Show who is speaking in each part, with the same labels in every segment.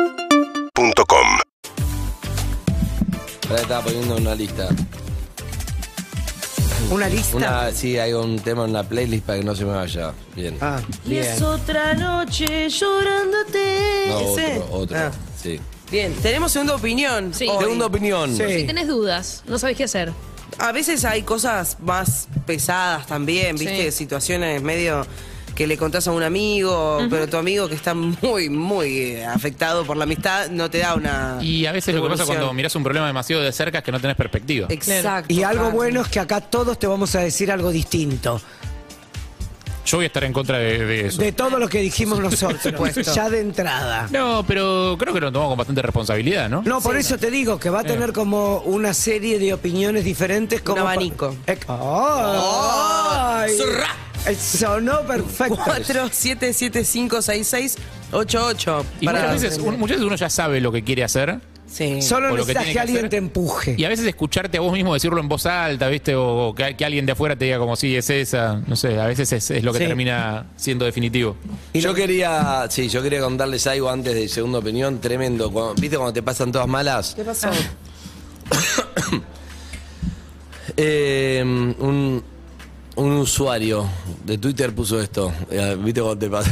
Speaker 1: UrbanaPlayFM.com
Speaker 2: Ahora estaba poniendo una lista.
Speaker 3: Una lista.
Speaker 2: Una, sí, hay un tema en la playlist para que no se me vaya. Bien.
Speaker 3: Ah,
Speaker 4: Y
Speaker 3: bien.
Speaker 4: es otra noche llorándote.
Speaker 2: no,
Speaker 3: ese.
Speaker 2: otro, otro.
Speaker 3: Ah.
Speaker 2: Sí.
Speaker 3: Bien, tenemos segunda opinión.
Speaker 4: Sí.
Speaker 3: hoy.
Speaker 2: Segunda opinión.
Speaker 3: Sí.
Speaker 4: Tenés dudas, no sabés qué hacer.
Speaker 3: A veces hay cosas más pesadas también, ¿viste?
Speaker 4: Sí.
Speaker 3: Situaciones medio que le contás a un amigo, pero tu amigo que está muy, muy eh, afectado por la amistad no te da una.
Speaker 5: Y a veces lo que pasa
Speaker 3: evolución.
Speaker 5: cuando mirás un problema demasiado de cerca es que no tenés perspectiva.
Speaker 3: Exacto.
Speaker 6: Y algo
Speaker 3: Cami.
Speaker 6: bueno es que acá todos te vamos a decir algo distinto.
Speaker 5: Yo voy a estar en contra de, de eso.
Speaker 6: De todo lo que dijimos nosotros,
Speaker 3: supuesto.
Speaker 6: ya de entrada.
Speaker 5: No, pero creo que lo tomamos con bastante responsabilidad, ¿no?
Speaker 6: No, por eso te digo que va a tener como una serie de opiniones diferentes. Como
Speaker 3: Eh. Un abanico. ¡Oh!
Speaker 6: Eh, ¡ay!
Speaker 3: Zurra.
Speaker 6: Eh, Sonó perfecto.
Speaker 3: 47756688.
Speaker 5: Y
Speaker 3: Para-
Speaker 5: muchas veces, un- muchas veces uno ya sabe lo que quiere hacer.
Speaker 3: Sí.
Speaker 6: Solo
Speaker 5: O lo que
Speaker 6: necesitas
Speaker 5: tiene
Speaker 6: que,
Speaker 5: que
Speaker 6: alguien
Speaker 5: hacer.
Speaker 6: te empuje.
Speaker 5: Y a veces escucharte a vos mismo decirlo en voz alta, ¿viste? O, o que, que alguien de afuera te diga como, sí, es esa. No sé, a veces es, es lo que
Speaker 6: Sí.
Speaker 5: termina siendo definitivo.
Speaker 2: Yo quería, sí, yo quería contarles algo antes de segunda opinión, tremendo. Cuando- ¿Viste cuando te pasan todas malas?
Speaker 3: ¿Qué pasó? Ah.
Speaker 2: Eh, un, un usuario de Twitter puso esto. Eh, ¿Viste cuando te pasa?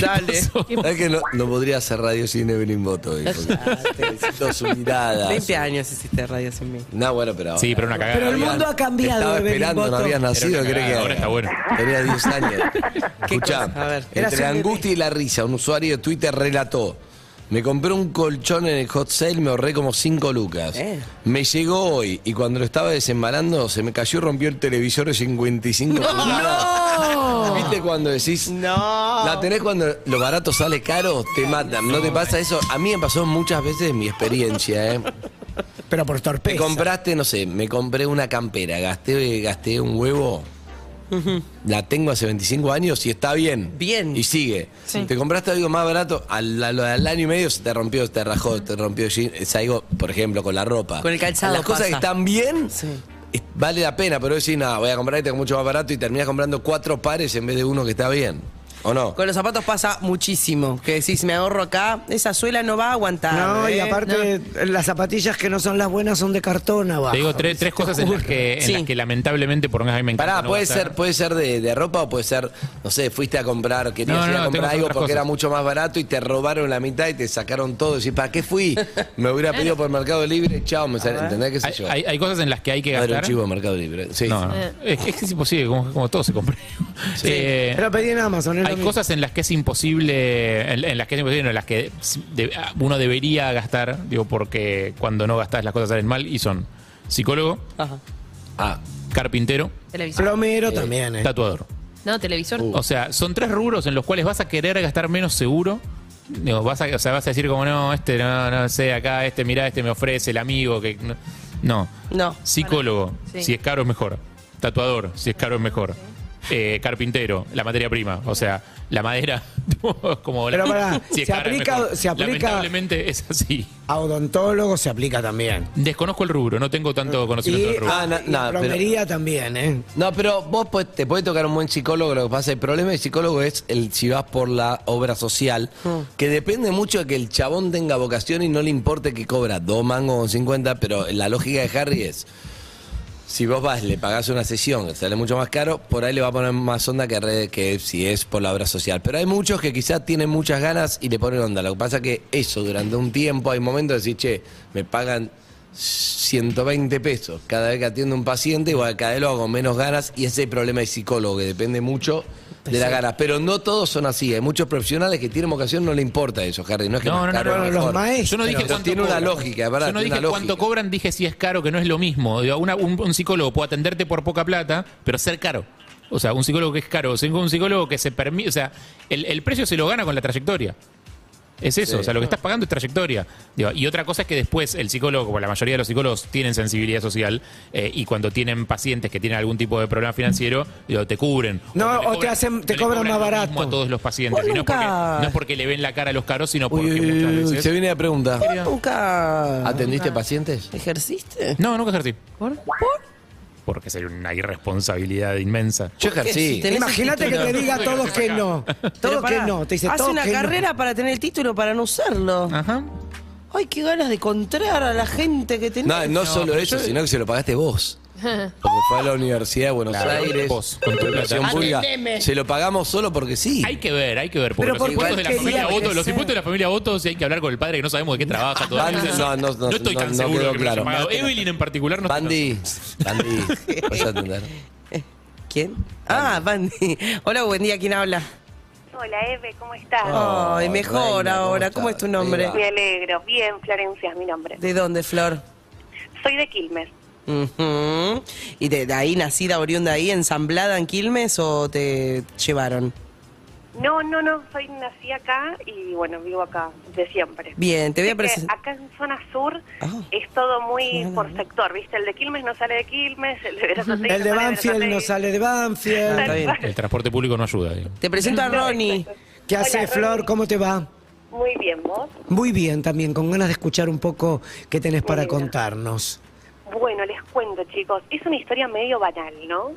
Speaker 3: Dale.
Speaker 2: Es que no, no podría hacer radio sin Evelyn Boto. hoy, porque necesito su mirada.
Speaker 3: 20 años hiciste radio sin mí.
Speaker 2: No, bueno, pero. ahora-
Speaker 5: Sí, pero una cagada.
Speaker 6: Pero el mundo ha cambiado,
Speaker 2: Estaba
Speaker 6: Evelyn
Speaker 2: esperando,
Speaker 6: Boto.
Speaker 2: no habías nacido,
Speaker 5: Pero
Speaker 2: creo que.
Speaker 5: ahora está bueno.
Speaker 2: Tenía 10 años. Escuchá,
Speaker 3: cosa? A ver.
Speaker 6: Era
Speaker 2: entre la
Speaker 6: siempre-
Speaker 2: angustia y la risa, un usuario de Twitter relató. Me compré un colchón en el hot sale, me ahorré como 5 lucas.
Speaker 3: Eh.
Speaker 2: Me llegó hoy y cuando lo estaba desembalando se me cayó y rompió el televisor de 55 pulgadas. ¿Viste cuando decís?
Speaker 3: No.
Speaker 2: La tenés cuando lo barato sale caro, te matan. ¿No te pasa eso? A mí me pasó muchas veces en mi experiencia, ¿eh?
Speaker 6: Pero por
Speaker 2: Me
Speaker 6: torpeza.
Speaker 2: compraste, no sé, me compré una campera, gasté, gasté un huevo. La tengo hace 25 años y está bien.
Speaker 3: Bien.
Speaker 2: Y sigue. Te compraste algo más barato, al, al- al año y medio se te rompió, se te rajó, te rompió el jean. Es algo, por ejemplo, con la ropa.
Speaker 3: Con el calzado
Speaker 2: Las cosas
Speaker 3: pasa.
Speaker 2: que están bien,
Speaker 3: Sí.
Speaker 2: es- vale la pena, pero decís, nada, voy a comprar este mucho más barato y terminás comprando cuatro pares en vez de uno que está bien. ¿O no?
Speaker 3: Con los zapatos pasa muchísimo. Que decís, me ahorro acá, esa suela no va a aguantar.
Speaker 6: No, y
Speaker 3: ¿eh?
Speaker 6: aparte las zapatillas que no son las buenas son de cartón abajo.
Speaker 5: Te digo tres, tres cosas en las que, en
Speaker 3: Sí.
Speaker 5: las que lamentablemente, por más que a mí me encanta.
Speaker 2: Pará,
Speaker 5: no
Speaker 2: puede
Speaker 5: gastar.
Speaker 2: ser, puede ser de, de ropa o puede ser, no sé, fuiste a comprar, querías
Speaker 5: No,
Speaker 2: ir
Speaker 5: no,
Speaker 2: a comprar
Speaker 5: tengo
Speaker 2: algo porque
Speaker 5: otras
Speaker 2: era
Speaker 5: cosas.
Speaker 2: mucho más barato y te robaron la mitad y te sacaron todo. Decís, ¿para qué fui? Me hubiera pedido por Mercado Libre, chao, me sale, ¿entendés qué sé
Speaker 5: Hay,
Speaker 2: yo?
Speaker 5: hay- hay cosas en las que hay que
Speaker 2: No era
Speaker 5: gastar.
Speaker 2: un chivo de Mercado Libre. Sí.
Speaker 5: No, no. Es, es que es imposible, como, como todo se compra. Eh,
Speaker 6: Pero pedí en Amazon. es lo
Speaker 5: hay
Speaker 6: mismo.
Speaker 5: cosas en las que es imposible, en, en las que es imposible, no, en las que de- uno debería gastar, digo, porque cuando no gastas las cosas salen mal y son psicólogo,
Speaker 3: Ajá.
Speaker 2: Ah,
Speaker 5: carpintero,
Speaker 7: Televisor.
Speaker 6: Plomero también, eh.
Speaker 5: tatuador.
Speaker 7: No, televisor.
Speaker 5: O sea, son tres rubros en los cuales vas a querer gastar menos seguro. Digo, vas a, o sea, vas a decir como, no, este, no, no sé, acá, este, mirá, este me ofrece, el amigo, que... no. No.
Speaker 3: No.
Speaker 5: Psicólogo,
Speaker 7: Sí.
Speaker 5: si es caro es mejor. Tatuador, si es caro es mejor. Eh, carpintero, la materia prima, o sea, la madera, como la-
Speaker 6: Pero pará, se
Speaker 5: cara es
Speaker 6: aplica-
Speaker 5: mejor.
Speaker 6: se aplica-
Speaker 5: Lamentablemente es así.
Speaker 6: A odontólogo se aplica también.
Speaker 5: Desconozco el rubro, no tengo tanto conocimiento
Speaker 6: Y,
Speaker 5: del rubro.
Speaker 2: Ah, no,
Speaker 6: y
Speaker 2: no, pero-
Speaker 6: plomería también, ¿eh?
Speaker 2: No, pero vos pues, te puede tocar un buen psicólogo, lo que pasa, el problema del psicólogo es el si vas por la obra social, que depende mucho de que el chabón tenga vocación y no le importe que cobra dos mangos con 50, pero la lógica de Harry es, si vos vas, le pagás una sesión que sale mucho más caro, por ahí le va a poner más onda que, re- que si es por la obra social. Pero hay muchos que quizás tienen muchas ganas y le ponen onda, lo que pasa que eso, durante un tiempo hay momentos de decir, che, me pagan 120 pesos cada vez que atiendo un paciente, igual cada vez lo hago con menos ganas y ese es el problema del psicólogo, que depende mucho de las ganas. Pero no todos son así, hay muchos profesionales que tienen vocación, no le importa eso, Harry, no es que
Speaker 5: No, no, no,
Speaker 2: más caro,
Speaker 5: no,
Speaker 2: más
Speaker 5: no,
Speaker 6: los
Speaker 2: mejor.
Speaker 6: maestros.
Speaker 5: Yo no dije
Speaker 2: Pero
Speaker 5: cuánto
Speaker 2: tiene una
Speaker 5: cobran.
Speaker 2: lógica, es verdad,
Speaker 5: Yo no
Speaker 2: tiene
Speaker 5: dije
Speaker 2: una
Speaker 5: cuánto
Speaker 2: lógica.
Speaker 5: cobran, dije si es caro, que no es lo mismo. Digo, una- un, un psicólogo puede atenderte por poca plata, pero ser caro. O sea, un psicólogo que es caro, o sea, un psicólogo que se permite, o sea, el, el precio se lo gana con la trayectoria. Es eso, o sea, lo que estás pagando es trayectoria. Digo, y otra cosa es que después el psicólogo, como la mayoría de los psicólogos tienen sensibilidad social, eh, y cuando tienen pacientes que tienen algún tipo de problema financiero, digo, te cubren.
Speaker 6: No,
Speaker 5: le
Speaker 6: o te hacen- te
Speaker 5: le
Speaker 6: cobran más
Speaker 5: lo mismo
Speaker 6: barato.
Speaker 5: A todos los pacientes.
Speaker 3: Vos
Speaker 5: Y no, es porque,
Speaker 3: nunca-
Speaker 5: no es porque le ven la cara a los caros, sino
Speaker 2: Uy,
Speaker 5: porque
Speaker 2: uy,
Speaker 5: muchas
Speaker 2: uy,
Speaker 5: veces...
Speaker 2: se viene la pregunta.
Speaker 3: ¿Nunca
Speaker 2: ¿Atendiste pacientes?
Speaker 3: ejerciste?
Speaker 5: No, nunca ejercí.
Speaker 3: ¿Por? ¿Por?
Speaker 5: porque sería una irresponsabilidad inmensa.
Speaker 2: Yo
Speaker 3: ¿Por qué?
Speaker 2: ejercí.
Speaker 3: Si tenés-
Speaker 6: Imagínate que te diga a todos que no.
Speaker 3: Pero
Speaker 6: Todos que
Speaker 3: pará,
Speaker 6: no. Te dice
Speaker 3: hace
Speaker 6: todos
Speaker 3: una
Speaker 6: que no.
Speaker 3: carrera para tener el título para no usarlo.
Speaker 5: Ajá.
Speaker 3: Ay, qué ganas de contrar a la gente que tenés.
Speaker 2: No, no solo eso, sino que se lo pagaste vos. Porque fue a la Universidad de Buenos
Speaker 5: Claro,
Speaker 2: Aires.
Speaker 5: vos, con tu plata.
Speaker 2: educación pública.
Speaker 4: Atendeme.
Speaker 2: Se lo pagamos solo porque sí.
Speaker 5: Hay que ver, hay que ver. Porque
Speaker 6: Pero
Speaker 5: los,
Speaker 6: por
Speaker 5: impuestos de la
Speaker 6: cualquier
Speaker 5: familia
Speaker 6: día
Speaker 5: Otto, los
Speaker 6: puede
Speaker 5: impuestos de la familia Otto, si hay que hablar con el padre que no sabemos de qué trabaja todavía.
Speaker 2: Bandy, no, no, no,
Speaker 5: estoy tan
Speaker 2: no, no
Speaker 5: seguro
Speaker 2: quedó
Speaker 5: de que lo haya
Speaker 2: claro.
Speaker 5: pagado. Evelyn en particular no estoy
Speaker 2: Bandy, Bandy, vas a atender.
Speaker 3: ¿Quién? Ah, Bandy. Hola, buen día, ¿quién habla?
Speaker 1: Hola Eve, ¿cómo estás?
Speaker 3: Ay,
Speaker 2: Oh,
Speaker 3: mejor
Speaker 2: reina, ¿cómo
Speaker 3: ahora.
Speaker 2: estás?
Speaker 3: ¿Cómo es tu nombre?
Speaker 2: Ahí
Speaker 1: Me alegro. Bien, Florencia es mi nombre.
Speaker 3: ¿De dónde, Flor?
Speaker 1: Soy de Quilmes.
Speaker 3: Ujú. ¿Y de, de ahí nacida, oriunda ahí, ensamblada en Quilmes o te llevaron?
Speaker 1: No, no, no, soy nací acá y bueno, vivo acá de siempre.
Speaker 3: Bien, te voy a
Speaker 1: Viste,
Speaker 3: presentar.
Speaker 1: Acá en zona sur
Speaker 3: Ah.
Speaker 1: es todo muy
Speaker 3: Claro,
Speaker 1: por
Speaker 3: ¿no?
Speaker 1: sector, ¿viste? El de Quilmes no sale de Quilmes, el de Verazategui
Speaker 6: El de Banfield no sale de
Speaker 3: Ah, está
Speaker 6: Banfield.
Speaker 3: bien.
Speaker 5: tan seguro. El transporte público no ayuda. digo.
Speaker 3: Te presento a Ronnie.
Speaker 6: ¿Qué hace,
Speaker 1: Hola,
Speaker 6: Flor?
Speaker 1: Ronnie.
Speaker 6: ¿Cómo te va?
Speaker 1: Muy bien, vos.
Speaker 6: Muy bien también, con ganas de escuchar un poco qué tenés para
Speaker 1: bien.
Speaker 6: contarnos.
Speaker 1: Bueno, les cuento, chicos. Es una historia medio banal, ¿no?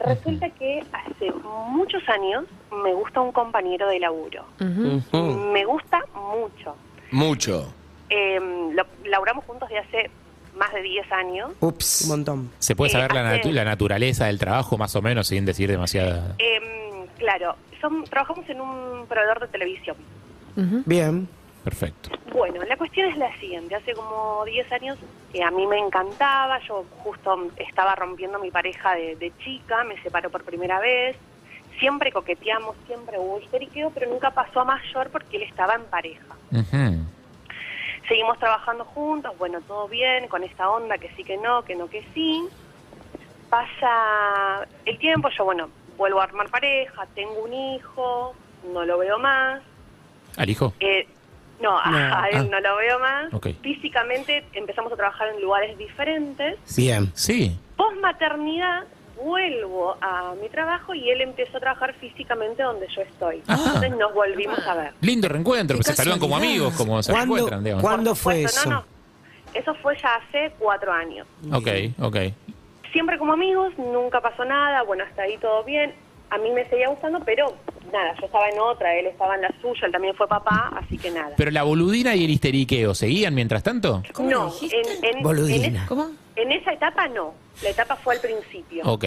Speaker 1: Resulta que hace muchos años me gusta un compañero de laburo.
Speaker 3: Ujú.
Speaker 1: Me gusta mucho.
Speaker 2: Mucho.
Speaker 1: Eh, lo- laburamos juntos de hace más de 10 años.
Speaker 6: Ups.
Speaker 3: Un montón.
Speaker 5: ¿Se puede
Speaker 1: Eh,
Speaker 5: saber la,
Speaker 1: hace-
Speaker 5: natu- la naturaleza del trabajo más o menos sin decir demasiada?
Speaker 1: Eh, claro, son, trabajamos en un proveedor de televisión.
Speaker 6: Bien.
Speaker 5: Perfecto.
Speaker 1: Bueno, la cuestión es la siguiente. Hace como 10 años que a mí me encantaba, yo justo estaba rompiendo mi pareja de, de chica, me separó por primera vez. Siempre coqueteamos, siempre hubo histeriqueo, pero nunca pasó a mayor porque él estaba en pareja.
Speaker 5: Ujú.
Speaker 1: Seguimos trabajando juntos, bueno, todo bien, con esta onda que sí que no, que no que sí. Pasa el tiempo, yo bueno, vuelvo a armar pareja, tengo un hijo, no lo veo más.
Speaker 5: ¿Al hijo?
Speaker 1: Eh, no, a, a él no lo veo más.
Speaker 5: ah. Ok.
Speaker 1: Físicamente empezamos a trabajar en lugares diferentes.
Speaker 6: Bien.
Speaker 5: Sí.
Speaker 1: Post maternidad vuelvo a mi trabajo y él empezó a trabajar físicamente donde yo estoy.
Speaker 5: Ah.
Speaker 1: Entonces nos volvimos
Speaker 6: Ah.
Speaker 1: a ver.
Speaker 5: Lindo reencuentro,
Speaker 6: Qué
Speaker 5: pues se saludan como
Speaker 6: casualidad.
Speaker 5: amigos, como se
Speaker 6: ¿Cuándo-
Speaker 5: reencuentran, digamos.
Speaker 6: cuándo-
Speaker 1: Por
Speaker 6: fue
Speaker 1: supuesto,
Speaker 6: eso?
Speaker 1: No, no. Eso fue ya hace cuatro años.
Speaker 5: Ok, ok.
Speaker 1: Siempre como amigos, nunca pasó nada, bueno, hasta ahí todo bien. A mí me seguía gustando, pero nada, yo estaba en otra, él estaba en la suya, él también fue papá, así que nada.
Speaker 5: Pero la boludina y el histeriqueo, ¿seguían mientras tanto?
Speaker 4: ¿Cómo
Speaker 1: no,
Speaker 4: lo dijiste?
Speaker 1: en- en- en
Speaker 6: Boludina.
Speaker 1: es-
Speaker 4: ¿Cómo?
Speaker 1: En esa etapa no, la etapa fue al principio.
Speaker 5: Ok.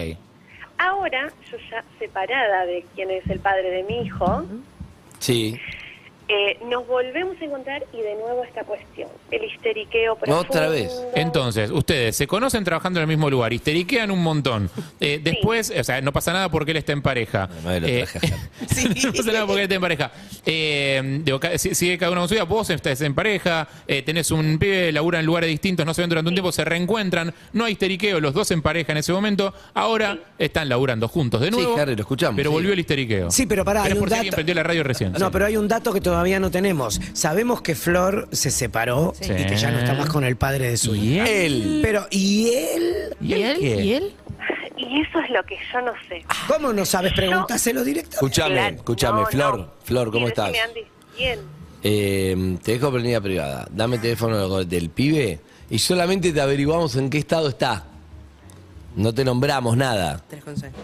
Speaker 1: Ahora, yo ya separada de quien es el padre de mi hijo,
Speaker 2: Sí.
Speaker 1: eh, nos volvemos a encontrar y de nuevo esta cuestión, el histeriqueo profundo.
Speaker 2: Otra vez.
Speaker 5: Entonces, ustedes se conocen trabajando en el mismo lugar, histeriquean un montón. Eh, después, o sea, no pasa nada porque él está en pareja.
Speaker 2: La madre lo
Speaker 5: Eh,
Speaker 2: traje acá.
Speaker 3: Sí.
Speaker 5: no pasa nada porque él está en pareja. Eh, digo, ca- si- sigue cada uno con su vida, vos estás en pareja, eh, tenés un pibe, labura en lugares distintos, no se ven durante un tiempo, se reencuentran, no hay histeriqueo, los dos en pareja en ese momento, ahora están laburando juntos de
Speaker 2: Sí,
Speaker 5: nuevo.
Speaker 2: Harry, lo escuchamos,
Speaker 5: Pero
Speaker 2: sí.
Speaker 5: volvió el histeriqueo.
Speaker 6: Sí, pero pará, hay
Speaker 5: Pero
Speaker 6: un
Speaker 5: por si alguien
Speaker 6: dato-
Speaker 5: prendió la radio recién.
Speaker 6: No,
Speaker 5: sí.
Speaker 6: pero hay un dato que todavía no tenemos. Sabemos que Flor se separó
Speaker 5: Sí.
Speaker 6: y que ya no está más con el padre de su
Speaker 5: ¿Y
Speaker 6: hija.
Speaker 2: Él.
Speaker 6: Pero, ¿y él?
Speaker 4: ¿Y él?
Speaker 5: qué?
Speaker 4: ¿Y él?
Speaker 1: Y eso es lo que yo no sé.
Speaker 6: ¿Cómo no sabes? Pregúntaselo directo.
Speaker 2: Escúchame,
Speaker 1: Claro,
Speaker 2: escúchame,
Speaker 1: no,
Speaker 2: Flor,
Speaker 1: no.
Speaker 2: Flor, ¿cómo
Speaker 1: Sí,
Speaker 2: estás?
Speaker 1: decime, Andy, bien.
Speaker 2: Eh, te dejo prendida privada. Dame el teléfono del pibe y solamente te averiguamos en qué estado está. No te nombramos nada.
Speaker 3: Tres consejos.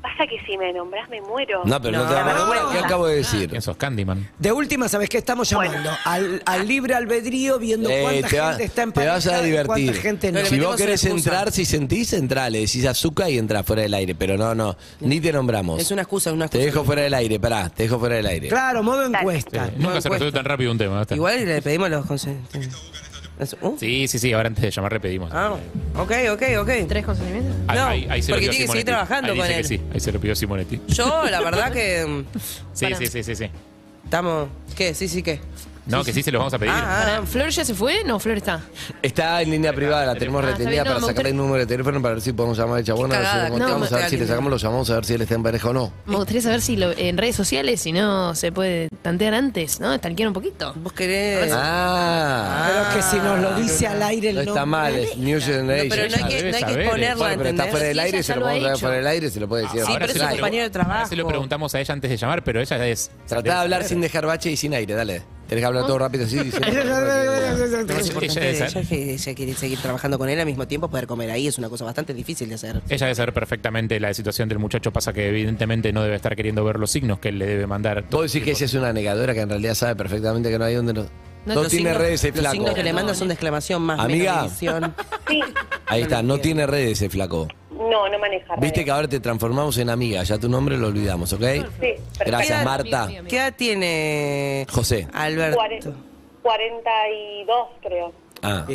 Speaker 1: Pasa que si me nombras me muero.
Speaker 2: No, pero no,
Speaker 3: No.
Speaker 2: te vamos a nombrar. ¿Qué acabo de decir?
Speaker 5: ¿Quién sos? Candyman.
Speaker 6: De última, ¿sabes qué? Estamos llamando al, al libre albedrío, viendo
Speaker 2: Eh,
Speaker 6: cuánta
Speaker 2: te, va-
Speaker 6: gente está en
Speaker 2: te
Speaker 6: pareja
Speaker 2: vas a
Speaker 6: y
Speaker 2: divertir.
Speaker 6: cuánta gente no.
Speaker 3: Pero le
Speaker 2: Si vos
Speaker 3: metimos
Speaker 2: querés
Speaker 3: una excusa.
Speaker 2: entrar, si sentís, entrá. Le decís azúcar y entrás fuera del aire. Pero no, no, ni te nombramos.
Speaker 3: Es una excusa, una
Speaker 2: Te
Speaker 3: excusa.
Speaker 2: dejo fuera del aire, pará, te dejo fuera del aire.
Speaker 6: Claro, modo
Speaker 1: Dale.
Speaker 5: Sí,
Speaker 6: encuesta.
Speaker 5: Nunca se resuelve tan rápido un tema. ¿no? Está.
Speaker 3: Igual le pedimos los consejos. Uh,
Speaker 5: Sí, sí, sí, ahora antes de llamar repetimos.
Speaker 3: Ah, ok, ok, ok.
Speaker 4: ¿Tres consentimientos?
Speaker 5: Ahí-
Speaker 3: No,
Speaker 5: ahí- ahí se lo
Speaker 3: porque
Speaker 5: pidió
Speaker 3: tiene que seguir
Speaker 5: Simonetti.
Speaker 3: trabajando
Speaker 5: ahí
Speaker 3: con
Speaker 5: dice
Speaker 3: él.
Speaker 5: que sí, ahí se lo pidió Simonetti.
Speaker 3: Yo, la verdad que mm,
Speaker 5: Sí,
Speaker 4: Pará.
Speaker 5: sí, sí, sí, sí.
Speaker 3: estamos... ¿Qué? Sí, sí, ¿qué?
Speaker 5: No, que sí se los vamos a pedir.
Speaker 3: Ah,
Speaker 4: Pará, ¿Flor ya se fue? No, Flor está.
Speaker 2: Está en línea privada, la tenemos
Speaker 4: Ah, está
Speaker 2: retenida
Speaker 4: bien, no,
Speaker 2: para
Speaker 4: me
Speaker 2: sacarle el
Speaker 4: gustaría-
Speaker 2: número de teléfono para ver si podemos llamar al chabón.
Speaker 3: Qué
Speaker 2: A ver si, lo
Speaker 3: cagada,
Speaker 4: no,
Speaker 2: encontramos,
Speaker 4: me
Speaker 2: a ver si le
Speaker 3: estoy
Speaker 2: sacamos, lo llamamos a ver si él está en pareja o no.
Speaker 4: Me gustaría saber si lo- en redes sociales, si no se puede tantear antes, ¿no? Tanquear un poquito.
Speaker 3: vos querés...
Speaker 2: Ah,
Speaker 6: Pero que si nos lo dice al aire el
Speaker 2: no está
Speaker 6: nombre-
Speaker 2: mal, es New
Speaker 3: No,
Speaker 2: Generation.
Speaker 3: pero no hay que,
Speaker 5: debe
Speaker 3: no hay que
Speaker 5: saber,
Speaker 3: exponerla,
Speaker 2: Bueno, pero está
Speaker 3: ¿entendés?
Speaker 2: fuera del
Speaker 4: Sí,
Speaker 2: aire,
Speaker 4: ya
Speaker 2: se lo
Speaker 4: lo ha
Speaker 2: podemos traer
Speaker 4: hecho.
Speaker 2: fuera del aire, se lo puede decir.
Speaker 3: Sí,
Speaker 2: Ahora
Speaker 3: pero
Speaker 5: se
Speaker 3: es
Speaker 2: sí.
Speaker 3: un
Speaker 5: lo
Speaker 3: compañero de
Speaker 5: ahora se lo
Speaker 3: trabajo.
Speaker 5: preguntamos a ella antes de llamar, pero ella es.
Speaker 2: Tratá de hablar sin dejar bache y sin aire, dale. Tenés que hablar todo rápido así. diciendo-
Speaker 3: Lo más
Speaker 5: Ella-
Speaker 3: importante
Speaker 5: ella
Speaker 3: de
Speaker 5: es-
Speaker 3: ella es que ella quiere seguir trabajando con él al mismo tiempo, poder comer ahí es una cosa bastante difícil de hacer.
Speaker 5: Ella debe saber perfectamente la situación del muchacho. Pasa que evidentemente no debe estar queriendo ver los signos que él le debe mandar.
Speaker 2: Vos decís que ella es una negadora que en realidad sabe perfectamente que no hay donde no. No,
Speaker 3: Los
Speaker 2: tiene
Speaker 3: signos-
Speaker 2: redes ese
Speaker 3: Los
Speaker 2: flaco.
Speaker 3: signos que le mandan son de exclamación más
Speaker 2: Amiga.
Speaker 3: menos división.
Speaker 1: Sí,
Speaker 2: Ahí está, no tiene redes ese flaco.
Speaker 1: no, no maneja. redes.
Speaker 2: Viste que ahora te transformamos en amiga, ya tu nombre lo olvidamos, ¿ok?
Speaker 1: perfecto.
Speaker 2: Gracias,
Speaker 3: Mira,
Speaker 2: Marta.
Speaker 4: amiga, amiga.
Speaker 3: ¿Qué edad tiene
Speaker 2: José.
Speaker 1: Cuare-
Speaker 3: Alberto?
Speaker 1: 42, creo.
Speaker 2: Ah,
Speaker 4: Ok,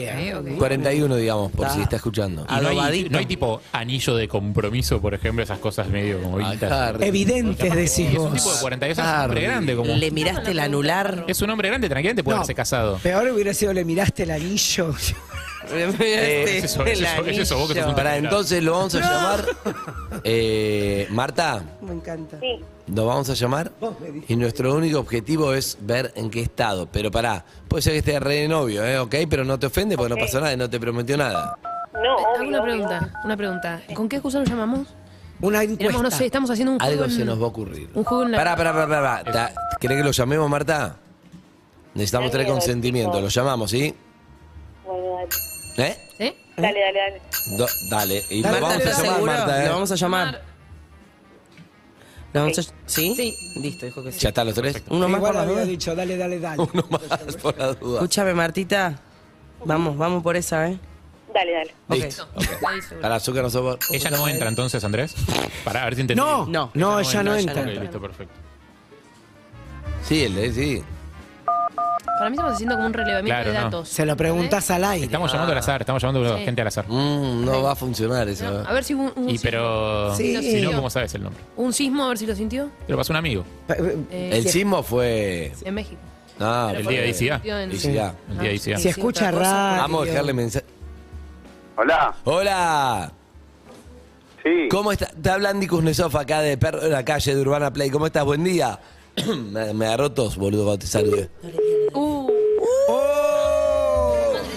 Speaker 4: ok.
Speaker 2: 41, digamos, por si
Speaker 3: Ah.
Speaker 2: está escuchando.
Speaker 5: Y no, hay,
Speaker 3: Adobadito.
Speaker 5: no hay tipo anillo de compromiso, por ejemplo, esas cosas medio como viejitas.
Speaker 2: Acá,
Speaker 6: Evidentes, decís
Speaker 5: Y es un tipo de
Speaker 6: vos.
Speaker 5: 42 años, es un hombre
Speaker 2: Harry.
Speaker 5: grande. Como,
Speaker 3: ¿Le miraste el anular?
Speaker 5: es un hombre grande, tranquilamente puede
Speaker 6: No,
Speaker 5: haberse casado.
Speaker 6: Peor hubiera sido, le miraste el anillo.
Speaker 3: ¿Le miraste
Speaker 5: es eso, es
Speaker 3: el
Speaker 5: eso, es eso, vos que sos un
Speaker 3: anillo?
Speaker 2: Para Eh, entonces lo vamos a llamar. Eh, Marta,
Speaker 3: Me encanta.
Speaker 1: Sí,
Speaker 2: lo vamos a llamar. Y nuestro único objetivo es ver en qué estado. Pero pará, puede ser que esté re de novio, ¿eh? ¿Ok? Pero no te ofende porque
Speaker 1: Ok.
Speaker 2: no pasó nada y no te prometió nada.
Speaker 1: no,
Speaker 4: Hago
Speaker 1: obvio,
Speaker 4: Una
Speaker 1: obvio.
Speaker 4: pregunta, una pregunta. ¿Con qué excusa lo llamamos?
Speaker 6: Una
Speaker 4: Digamos,
Speaker 6: encuesta.
Speaker 4: no sé, estamos haciendo un juego.
Speaker 2: Algo
Speaker 4: en-
Speaker 2: se nos va a ocurrir.
Speaker 4: Un juego en la-
Speaker 2: Pará, pará, pará, pará. Ta- ¿Querés que lo llamemos, Marta? Necesitamos
Speaker 1: Dale,
Speaker 2: tres consentimientos.
Speaker 1: tipo.
Speaker 2: Lo llamamos, ¿sí?
Speaker 1: Bueno,
Speaker 2: ¿Eh?
Speaker 4: ¿Eh?
Speaker 1: dale, dale, dale.
Speaker 2: Do- dale. Y
Speaker 6: Dale,
Speaker 3: Marta,
Speaker 2: lo vamos a
Speaker 3: ¿estás
Speaker 2: llamar,
Speaker 3: seguro?
Speaker 2: Marta. ¿eh?
Speaker 3: Lo vamos a llamar. ¿Lo vamos a- ¿Sí?
Speaker 4: Sí.
Speaker 3: Listo, dijo que sí.
Speaker 2: ¿Ya está los tres?
Speaker 3: Uno más
Speaker 6: Igual
Speaker 3: por la
Speaker 6: había
Speaker 3: duda.
Speaker 6: dicho, dale, dale, dale.
Speaker 2: Uno más por la duda.
Speaker 3: Escúchame, Martita. Vamos, vamos por esa, ¿eh?
Speaker 1: Dale, dale.
Speaker 3: Ok.
Speaker 2: Listo. ok.
Speaker 4: Ahí seguro.
Speaker 2: Para azúcar no sopa.
Speaker 5: ¿Ella no entra entonces, Andrés? Para a ver si entendí.
Speaker 6: No,
Speaker 3: No,
Speaker 6: no, ella no entra.
Speaker 5: Ok, listo, perfecto.
Speaker 2: Sí, el, eh, sí.
Speaker 4: Para mí estamos haciendo como un relevamiento
Speaker 5: Claro,
Speaker 4: de
Speaker 5: no.
Speaker 4: datos.
Speaker 6: Se lo preguntás al aire.
Speaker 5: Estamos llamando al azar, estamos llamando a la gente al azar.
Speaker 2: Mm, no va a funcionar eso.
Speaker 4: No,
Speaker 2: eh.
Speaker 4: a ver si hubo un, un
Speaker 5: Y
Speaker 4: sismo.
Speaker 5: pero.
Speaker 6: Sí.
Speaker 5: Si no, ¿cómo sabes el nombre?
Speaker 4: Un sismo, a ver si lo sintió.
Speaker 5: Te lo pasó un amigo.
Speaker 6: Eh,
Speaker 4: Eh,
Speaker 2: El sismo fue.
Speaker 4: En México.
Speaker 2: Ah,
Speaker 5: El
Speaker 2: fue-
Speaker 5: día de ICA.
Speaker 4: Sintió en-
Speaker 2: Isidá.
Speaker 5: El día de ICA.
Speaker 6: Si escucha
Speaker 4: otra cosa.
Speaker 6: radio.
Speaker 2: Vamos a dejarle mensaje.
Speaker 7: Hola,
Speaker 2: ¡Hola!
Speaker 7: sí.
Speaker 2: ¿Cómo estás? Te habla Andy Kuznetsov acá de Perro de la Calle de Urbana Play. ¿Cómo estás? Buen día. me, me agarró tos, boludo, cuando te saludé.
Speaker 4: Uh,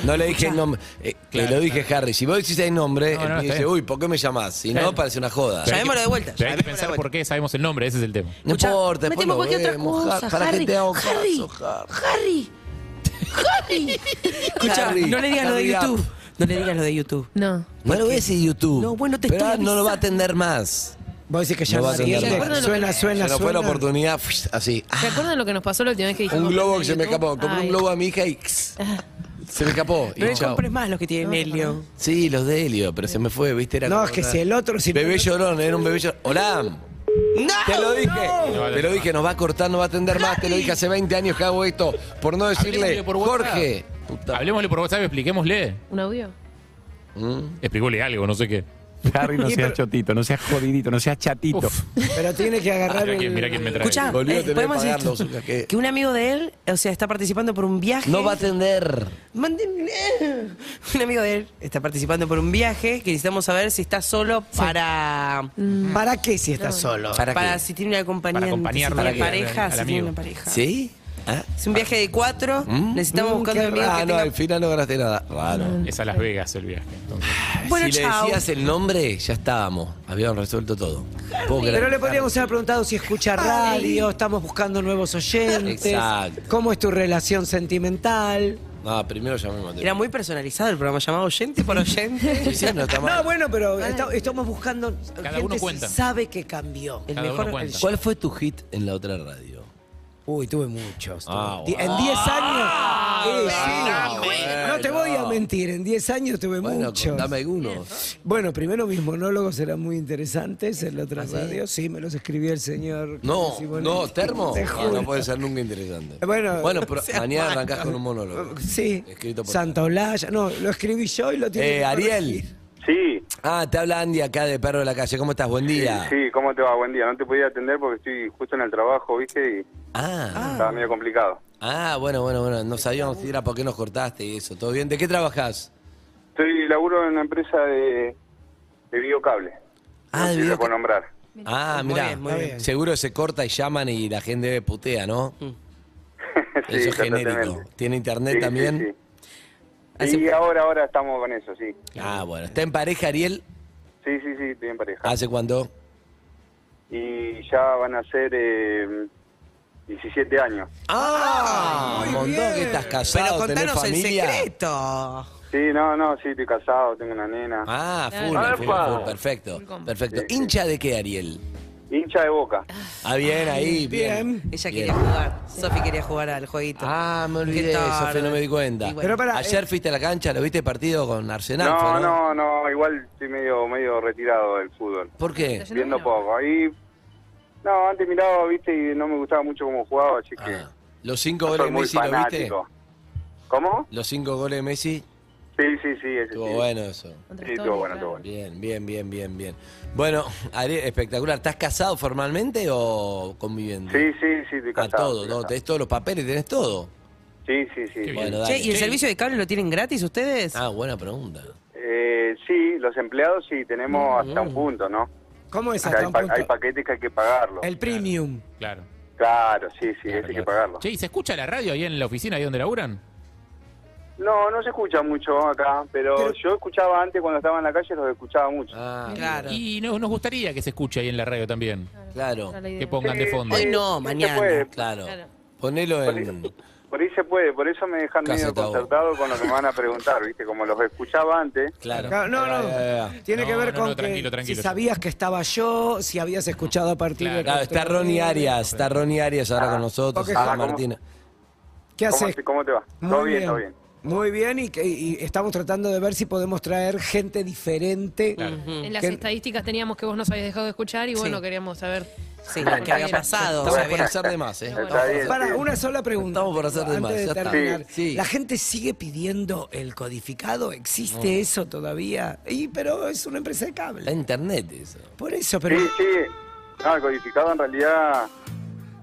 Speaker 2: No le dije el nombre. Eh, te lo dije, Harry. Si vos decís el nombre,
Speaker 5: No, no,
Speaker 2: el pibe
Speaker 5: está
Speaker 2: dice,
Speaker 5: bien.
Speaker 2: uy, ¿por qué me llamás? Si
Speaker 5: Claro.
Speaker 2: no, parece una joda.
Speaker 5: Pero hay
Speaker 3: Llamémoslo
Speaker 5: que-
Speaker 3: de
Speaker 5: pero
Speaker 3: vuelta,
Speaker 5: Hay que
Speaker 3: llamémoslo de
Speaker 5: pensar
Speaker 3: vuelta.
Speaker 5: por qué sabemos el nombre, ese es el tema.
Speaker 2: No
Speaker 3: Escuchá,
Speaker 2: importa, después
Speaker 4: metemos
Speaker 2: lo
Speaker 4: cualquier otra
Speaker 2: vemos,
Speaker 4: cosa,
Speaker 2: Harry. ¿Para
Speaker 4: Harry,
Speaker 2: que te hago
Speaker 4: Harry.
Speaker 2: caso, Harry?
Speaker 4: Harry. Harry.
Speaker 3: Escucha,
Speaker 2: Harry,
Speaker 3: no le digas lo de
Speaker 2: Harry,
Speaker 3: YouTube. No le digas lo de YouTube.
Speaker 4: No.
Speaker 2: No lo ves en YouTube.
Speaker 3: No, bueno, te
Speaker 2: Pero
Speaker 3: estoy
Speaker 2: ahora no lo va a
Speaker 3: avisando.
Speaker 2: atender más.
Speaker 6: Vos decís que ya
Speaker 2: No
Speaker 6: no
Speaker 2: va a atender
Speaker 6: atiende.
Speaker 2: más.
Speaker 6: Suena, suena,
Speaker 2: Se nos fue la
Speaker 6: suena.
Speaker 2: oportunidad, fuis, así. Ah,
Speaker 4: ¿Se acuerdan lo que nos pasó la última vez que dijimos?
Speaker 2: Un globo que se me
Speaker 4: prender
Speaker 2: escapó.
Speaker 4: YouTube?
Speaker 2: Compré un
Speaker 4: Ay.
Speaker 2: globo a mi hija y x, se me escapó. Y
Speaker 3: No le
Speaker 2: chao.
Speaker 3: compres más los que tiene Melio.
Speaker 2: Sí, los de Helio, pero se me fue, viste. Era
Speaker 6: No,
Speaker 2: como
Speaker 6: es que
Speaker 2: una-
Speaker 6: si el otro... Si
Speaker 2: Bebé llorón, era un bebé llorón. Hola.
Speaker 3: ¡No!
Speaker 2: Te lo dije,
Speaker 5: va a
Speaker 2: te lo
Speaker 5: atender
Speaker 2: dije, nos va a cortar, nos va a atender más. Te lo dije hace 20 años que hago esto. Por no decirle,
Speaker 5: Hablemosle por WhatsApp.
Speaker 2: Jorge. Puta,
Speaker 5: Hablemosle por WhatsApp, expliquémosle.
Speaker 4: ¿Un audio?
Speaker 5: Explicóle algo, no sé qué.
Speaker 8: Harry, no seas chotito, no seas jodidito, no seas chatito.
Speaker 5: Uf,
Speaker 6: Pero tiene que agarrar
Speaker 5: mira quién, mira quién me
Speaker 6: el...
Speaker 5: trae.
Speaker 3: Escucha,
Speaker 2: Volvió a tener
Speaker 3: eh, podemos hacer
Speaker 2: que
Speaker 3: esto.
Speaker 2: pagarlo, o sea, que-
Speaker 3: que... un amigo de él, o sea, está participando por un viaje.
Speaker 2: No va a atender.
Speaker 3: Manden- Un amigo de él está participando por un viaje que necesitamos saber si está solo para.
Speaker 6: Mm. ¿Para qué si estás solo?
Speaker 2: ¿Para qué?
Speaker 3: si tiene una compañía.
Speaker 5: Para acompañarlo
Speaker 3: Si
Speaker 5: al-
Speaker 3: tiene pareja,
Speaker 5: al
Speaker 3: si tiene
Speaker 5: amigo.
Speaker 3: una pareja.
Speaker 2: ¿Sí? ¿Ah?
Speaker 3: Es un viaje de cuatro. Necesitamos
Speaker 6: Mm,
Speaker 3: buscar
Speaker 6: qué
Speaker 3: un amigo
Speaker 2: Ah,
Speaker 3: que
Speaker 2: no,
Speaker 3: tenga-
Speaker 2: al final no ganaste nada. Raro.
Speaker 5: es a Las Vegas el viaje. entonces.
Speaker 3: Bueno,
Speaker 2: si
Speaker 3: chao.
Speaker 2: le decías el nombre, ya estábamos. Habíamos resuelto todo. Puedo creer.
Speaker 6: Pero le podríamos haber preguntado si escucha radio, estamos buscando nuevos oyentes,
Speaker 2: Exacto.
Speaker 6: cómo es tu relación sentimental.
Speaker 2: No, primero llamemos.
Speaker 3: Era muy personalizado el programa, llamado oyente por oyente.
Speaker 2: Sí, sí, no está mal.
Speaker 6: No, bueno, pero esta- estamos buscando gente
Speaker 5: uno
Speaker 6: que
Speaker 5: cuenta.
Speaker 6: sabe que cambió.
Speaker 3: El
Speaker 5: Cada uno
Speaker 3: mejor.
Speaker 5: cuenta.
Speaker 2: ¿Cuál fue tu hit en la otra radio?
Speaker 6: Uy, tuve muchos. tuve-
Speaker 2: Ah,
Speaker 6: di- En 10 años.
Speaker 5: Ah,
Speaker 6: eh, sí. No te voy a mentir, en 10 años tuve
Speaker 2: Bueno,
Speaker 6: muchos.
Speaker 2: dame alguno.
Speaker 6: Bueno, primero mis monólogos eran muy interesantes en la otra
Speaker 5: ¿Ah,
Speaker 6: radio. Sí, me los escribía el señor.
Speaker 2: No,
Speaker 6: Simonetti.
Speaker 2: no, termo. Ah,
Speaker 5: Ah,
Speaker 6: Te
Speaker 2: No,
Speaker 6: juro.
Speaker 2: no puede ser nunca interesante.
Speaker 6: Bueno,
Speaker 2: pero mañana arrancás con un monólogo.
Speaker 6: Sí,
Speaker 2: Escrito por.
Speaker 6: Santa Olalla. No, lo escribí yo y lo tiene.
Speaker 2: Eh,
Speaker 6: que corregir.
Speaker 2: Ariel.
Speaker 7: Sí,
Speaker 2: Ah, te habla Andy acá de Perro de la Calle. ¿Cómo estás? Buen día.
Speaker 7: sí, ¿cómo te va? Buen día. No te podía atender porque estoy justo en el trabajo, ¿viste? Y
Speaker 2: Ah,
Speaker 7: estaba medio complicado.
Speaker 2: ah, bueno, bueno, bueno. No sabíamos si era por qué nos cortaste y eso. ¿Todo bien? ¿De qué trabajás?
Speaker 7: Estoy laburo en una empresa de, de biocable.
Speaker 2: Ah,
Speaker 7: no sé
Speaker 2: de
Speaker 7: si
Speaker 2: video-
Speaker 7: lo puedo nombrar.
Speaker 2: Ah,
Speaker 3: Muy
Speaker 2: mira,
Speaker 3: bien, muy
Speaker 6: bien.
Speaker 2: seguro se corta y llaman y la gente putea, ¿no?
Speaker 7: Sí,
Speaker 2: Eso es genérico.
Speaker 7: constantemente.
Speaker 2: ¿Tiene internet
Speaker 7: Sí,
Speaker 2: también?
Speaker 7: sí, sí. Y ahora, ahora estamos con eso, sí.
Speaker 2: Ah, bueno. ¿Está en pareja, Ariel?
Speaker 7: Sí, sí, sí, estoy en pareja.
Speaker 2: ¿Hace cuándo?
Speaker 7: Y ya van a ser eh,
Speaker 8: 17 años.
Speaker 2: Ah,
Speaker 6: Ay,
Speaker 2: un
Speaker 6: muy bien.
Speaker 2: montón que estás
Speaker 3: Pero
Speaker 2: casado, tenés
Speaker 3: contanos el
Speaker 2: familia.
Speaker 3: secreto.
Speaker 8: Sí, no, no, sí, estoy casado, tengo una nena.
Speaker 2: Ah, full,
Speaker 4: Claro.
Speaker 2: full,
Speaker 8: Epa.
Speaker 2: full, perfecto,
Speaker 4: Full combo.
Speaker 2: perfecto.
Speaker 8: Sí, sí.
Speaker 2: ¿Hincha de qué, Ariel?
Speaker 8: Hincha de boca.
Speaker 2: Ah, bien, ahí, bien.
Speaker 6: bien.
Speaker 3: Ella
Speaker 2: Bien.
Speaker 3: quería jugar. Sofi quería jugar al jueguito.
Speaker 2: Ah, me olvidé,
Speaker 3: Qué tarde.
Speaker 2: Sofía, no me di cuenta.
Speaker 3: Y bueno.
Speaker 6: Pero pará,
Speaker 2: Ayer
Speaker 6: eh.
Speaker 2: fuiste a la cancha, ¿lo viste partido con Arsenal?
Speaker 8: No,
Speaker 2: fue,
Speaker 8: no, no, igual estoy medio, medio retirado del fútbol.
Speaker 2: ¿Por qué?
Speaker 8: Viendo poco. Ahí, no, antes miraba, viste, y no me gustaba mucho cómo jugaba, así que.
Speaker 2: Ah, los cinco
Speaker 8: no
Speaker 2: goles
Speaker 8: soy
Speaker 2: de
Speaker 8: muy
Speaker 2: Messi, ¿lo viste?
Speaker 8: fanático. ¿Cómo?
Speaker 2: Los cinco goles de Messi,
Speaker 8: Sí, sí, sí, ese
Speaker 2: estuvo
Speaker 8: sí.
Speaker 2: bueno eso.
Speaker 8: Sí, estuvo bueno, estuvo bueno.
Speaker 2: Bien, bien, bien, bien, bien. Bueno, Ariel, espectacular. ¿Estás casado formalmente o conviviendo?
Speaker 8: Sí, sí, sí, estoy
Speaker 2: A
Speaker 8: casado.
Speaker 2: todo,
Speaker 8: estoy
Speaker 2: ¿no?
Speaker 8: casado.
Speaker 2: Tenés todos los papeles, tenés todo.
Speaker 8: Sí, sí, sí.
Speaker 5: Qué bien.
Speaker 2: Bueno,
Speaker 3: Che,
Speaker 2: dale.
Speaker 3: ¿y el servicio de cable lo tienen gratis ustedes?
Speaker 2: Ah, buena pregunta.
Speaker 8: Eh, sí, los empleados sí, tenemos
Speaker 2: Mm.
Speaker 8: hasta un punto, ¿no?
Speaker 6: ¿Cómo es
Speaker 8: Acá
Speaker 6: hasta
Speaker 8: hay,
Speaker 6: un
Speaker 8: pa-
Speaker 6: punto?
Speaker 8: hay paquetes que hay que pagarlo.
Speaker 2: Eh.
Speaker 6: El premium.
Speaker 5: Claro.
Speaker 8: Claro, sí, sí, ese hay que
Speaker 5: claro.
Speaker 8: pagarlo.
Speaker 5: Che, ¿y se escucha la radio ahí en la oficina, ahí donde laburan?
Speaker 8: No, no se escucha mucho acá, pero,
Speaker 6: Pero-
Speaker 8: yo escuchaba antes cuando estaba en la calle, los escuchaba mucho.
Speaker 2: Ah,
Speaker 3: Claro.
Speaker 5: Y no- nos gustaría que se escuche ahí en la radio también.
Speaker 2: claro,
Speaker 5: Que pongan
Speaker 8: Sí,
Speaker 5: de fondo.
Speaker 3: Hoy
Speaker 8: sí,
Speaker 3: no,
Speaker 8: sí
Speaker 2: este
Speaker 8: se
Speaker 3: mañana.
Speaker 8: puede.
Speaker 2: claro.
Speaker 4: Claro.
Speaker 2: Ponelo
Speaker 8: Por
Speaker 2: en...
Speaker 8: ahí- Por ahí se puede, por eso me dejan
Speaker 2: Casa
Speaker 8: medio
Speaker 2: Tabó.
Speaker 8: concertado con lo que me van a preguntar, ¿viste? Como los escuchaba antes.
Speaker 2: Claro. Eh,
Speaker 6: No, no,
Speaker 2: Ahí va, ahí va, ahí va.
Speaker 6: tiene
Speaker 5: No,
Speaker 6: que ver
Speaker 5: no,
Speaker 6: con
Speaker 5: no, tranquilo,
Speaker 6: que
Speaker 5: tranquilo.
Speaker 6: si sabías que estaba yo, si habías escuchado a partir de...
Speaker 2: Claro, está Ronnie Arias, está Ronnie Arias ahora con nosotros,
Speaker 6: ok.
Speaker 2: está
Speaker 8: Ah, ¿cómo?
Speaker 2: Martina.
Speaker 6: ¿Qué
Speaker 8: ¿Cómo
Speaker 6: haces?
Speaker 8: te, cómo te va? Todo bien, todo bien.
Speaker 6: Muy bien, y, que- y estamos tratando de ver si podemos traer gente diferente.
Speaker 4: En las
Speaker 6: Que-
Speaker 4: estadísticas teníamos que vos nos habías dejado de escuchar y bueno,
Speaker 3: Sí.
Speaker 4: queríamos saber.
Speaker 3: Sí, lo que había pasado. o sea,
Speaker 2: Estamos por
Speaker 3: había-
Speaker 2: hacer de más, ¿eh?
Speaker 4: Bueno.
Speaker 8: Está bien.
Speaker 6: Para,
Speaker 8: sí.
Speaker 6: una sola pregunta.
Speaker 2: Estamos por hacer de
Speaker 6: antes
Speaker 2: más, ya
Speaker 6: de
Speaker 2: está.
Speaker 6: terminar.
Speaker 2: Sí, sí.
Speaker 6: ¿La gente sigue pidiendo el codificado? ¿Existe eso todavía? Y, pero es una empresa de
Speaker 2: Está
Speaker 6: cable.
Speaker 2: en internet eso.
Speaker 6: Por eso, pero...
Speaker 8: Sí, sí. No, el codificado en realidad,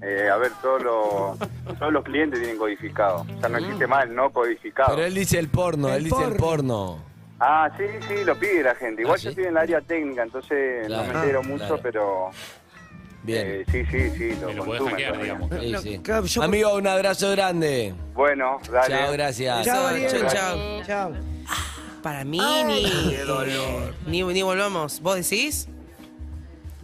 Speaker 8: eh, a ver, todos los, todos los clientes tienen codificado. O sea, no existe más el no codificado.
Speaker 2: Mm. Pero él dice el porno,
Speaker 6: El
Speaker 2: él dice el
Speaker 6: porno.
Speaker 2: porno.
Speaker 8: Ah, sí, sí, lo pide la gente. Igual
Speaker 2: Ah,
Speaker 8: yo
Speaker 2: ¿sí?
Speaker 8: estoy en el área técnica, entonces
Speaker 2: Claro,
Speaker 8: no me entero
Speaker 2: ah,
Speaker 8: mucho,
Speaker 2: claro.
Speaker 8: pero eh,
Speaker 2: Bien.
Speaker 8: sí, sí, sí, lo
Speaker 5: Que lo podés
Speaker 8: consumen
Speaker 5: hackear,
Speaker 8: todavía.
Speaker 5: digamos.
Speaker 2: Sí,
Speaker 6: no,
Speaker 2: sí.
Speaker 6: claro, yo-
Speaker 2: Amigo, un abrazo grande.
Speaker 8: Bueno, dale.
Speaker 2: Chao, gracias.
Speaker 3: Chao,
Speaker 6: Ariel.
Speaker 3: chao,
Speaker 4: chao.
Speaker 6: Chao.
Speaker 3: Para mí ni, ni ni volvamos. ¿Vos decís?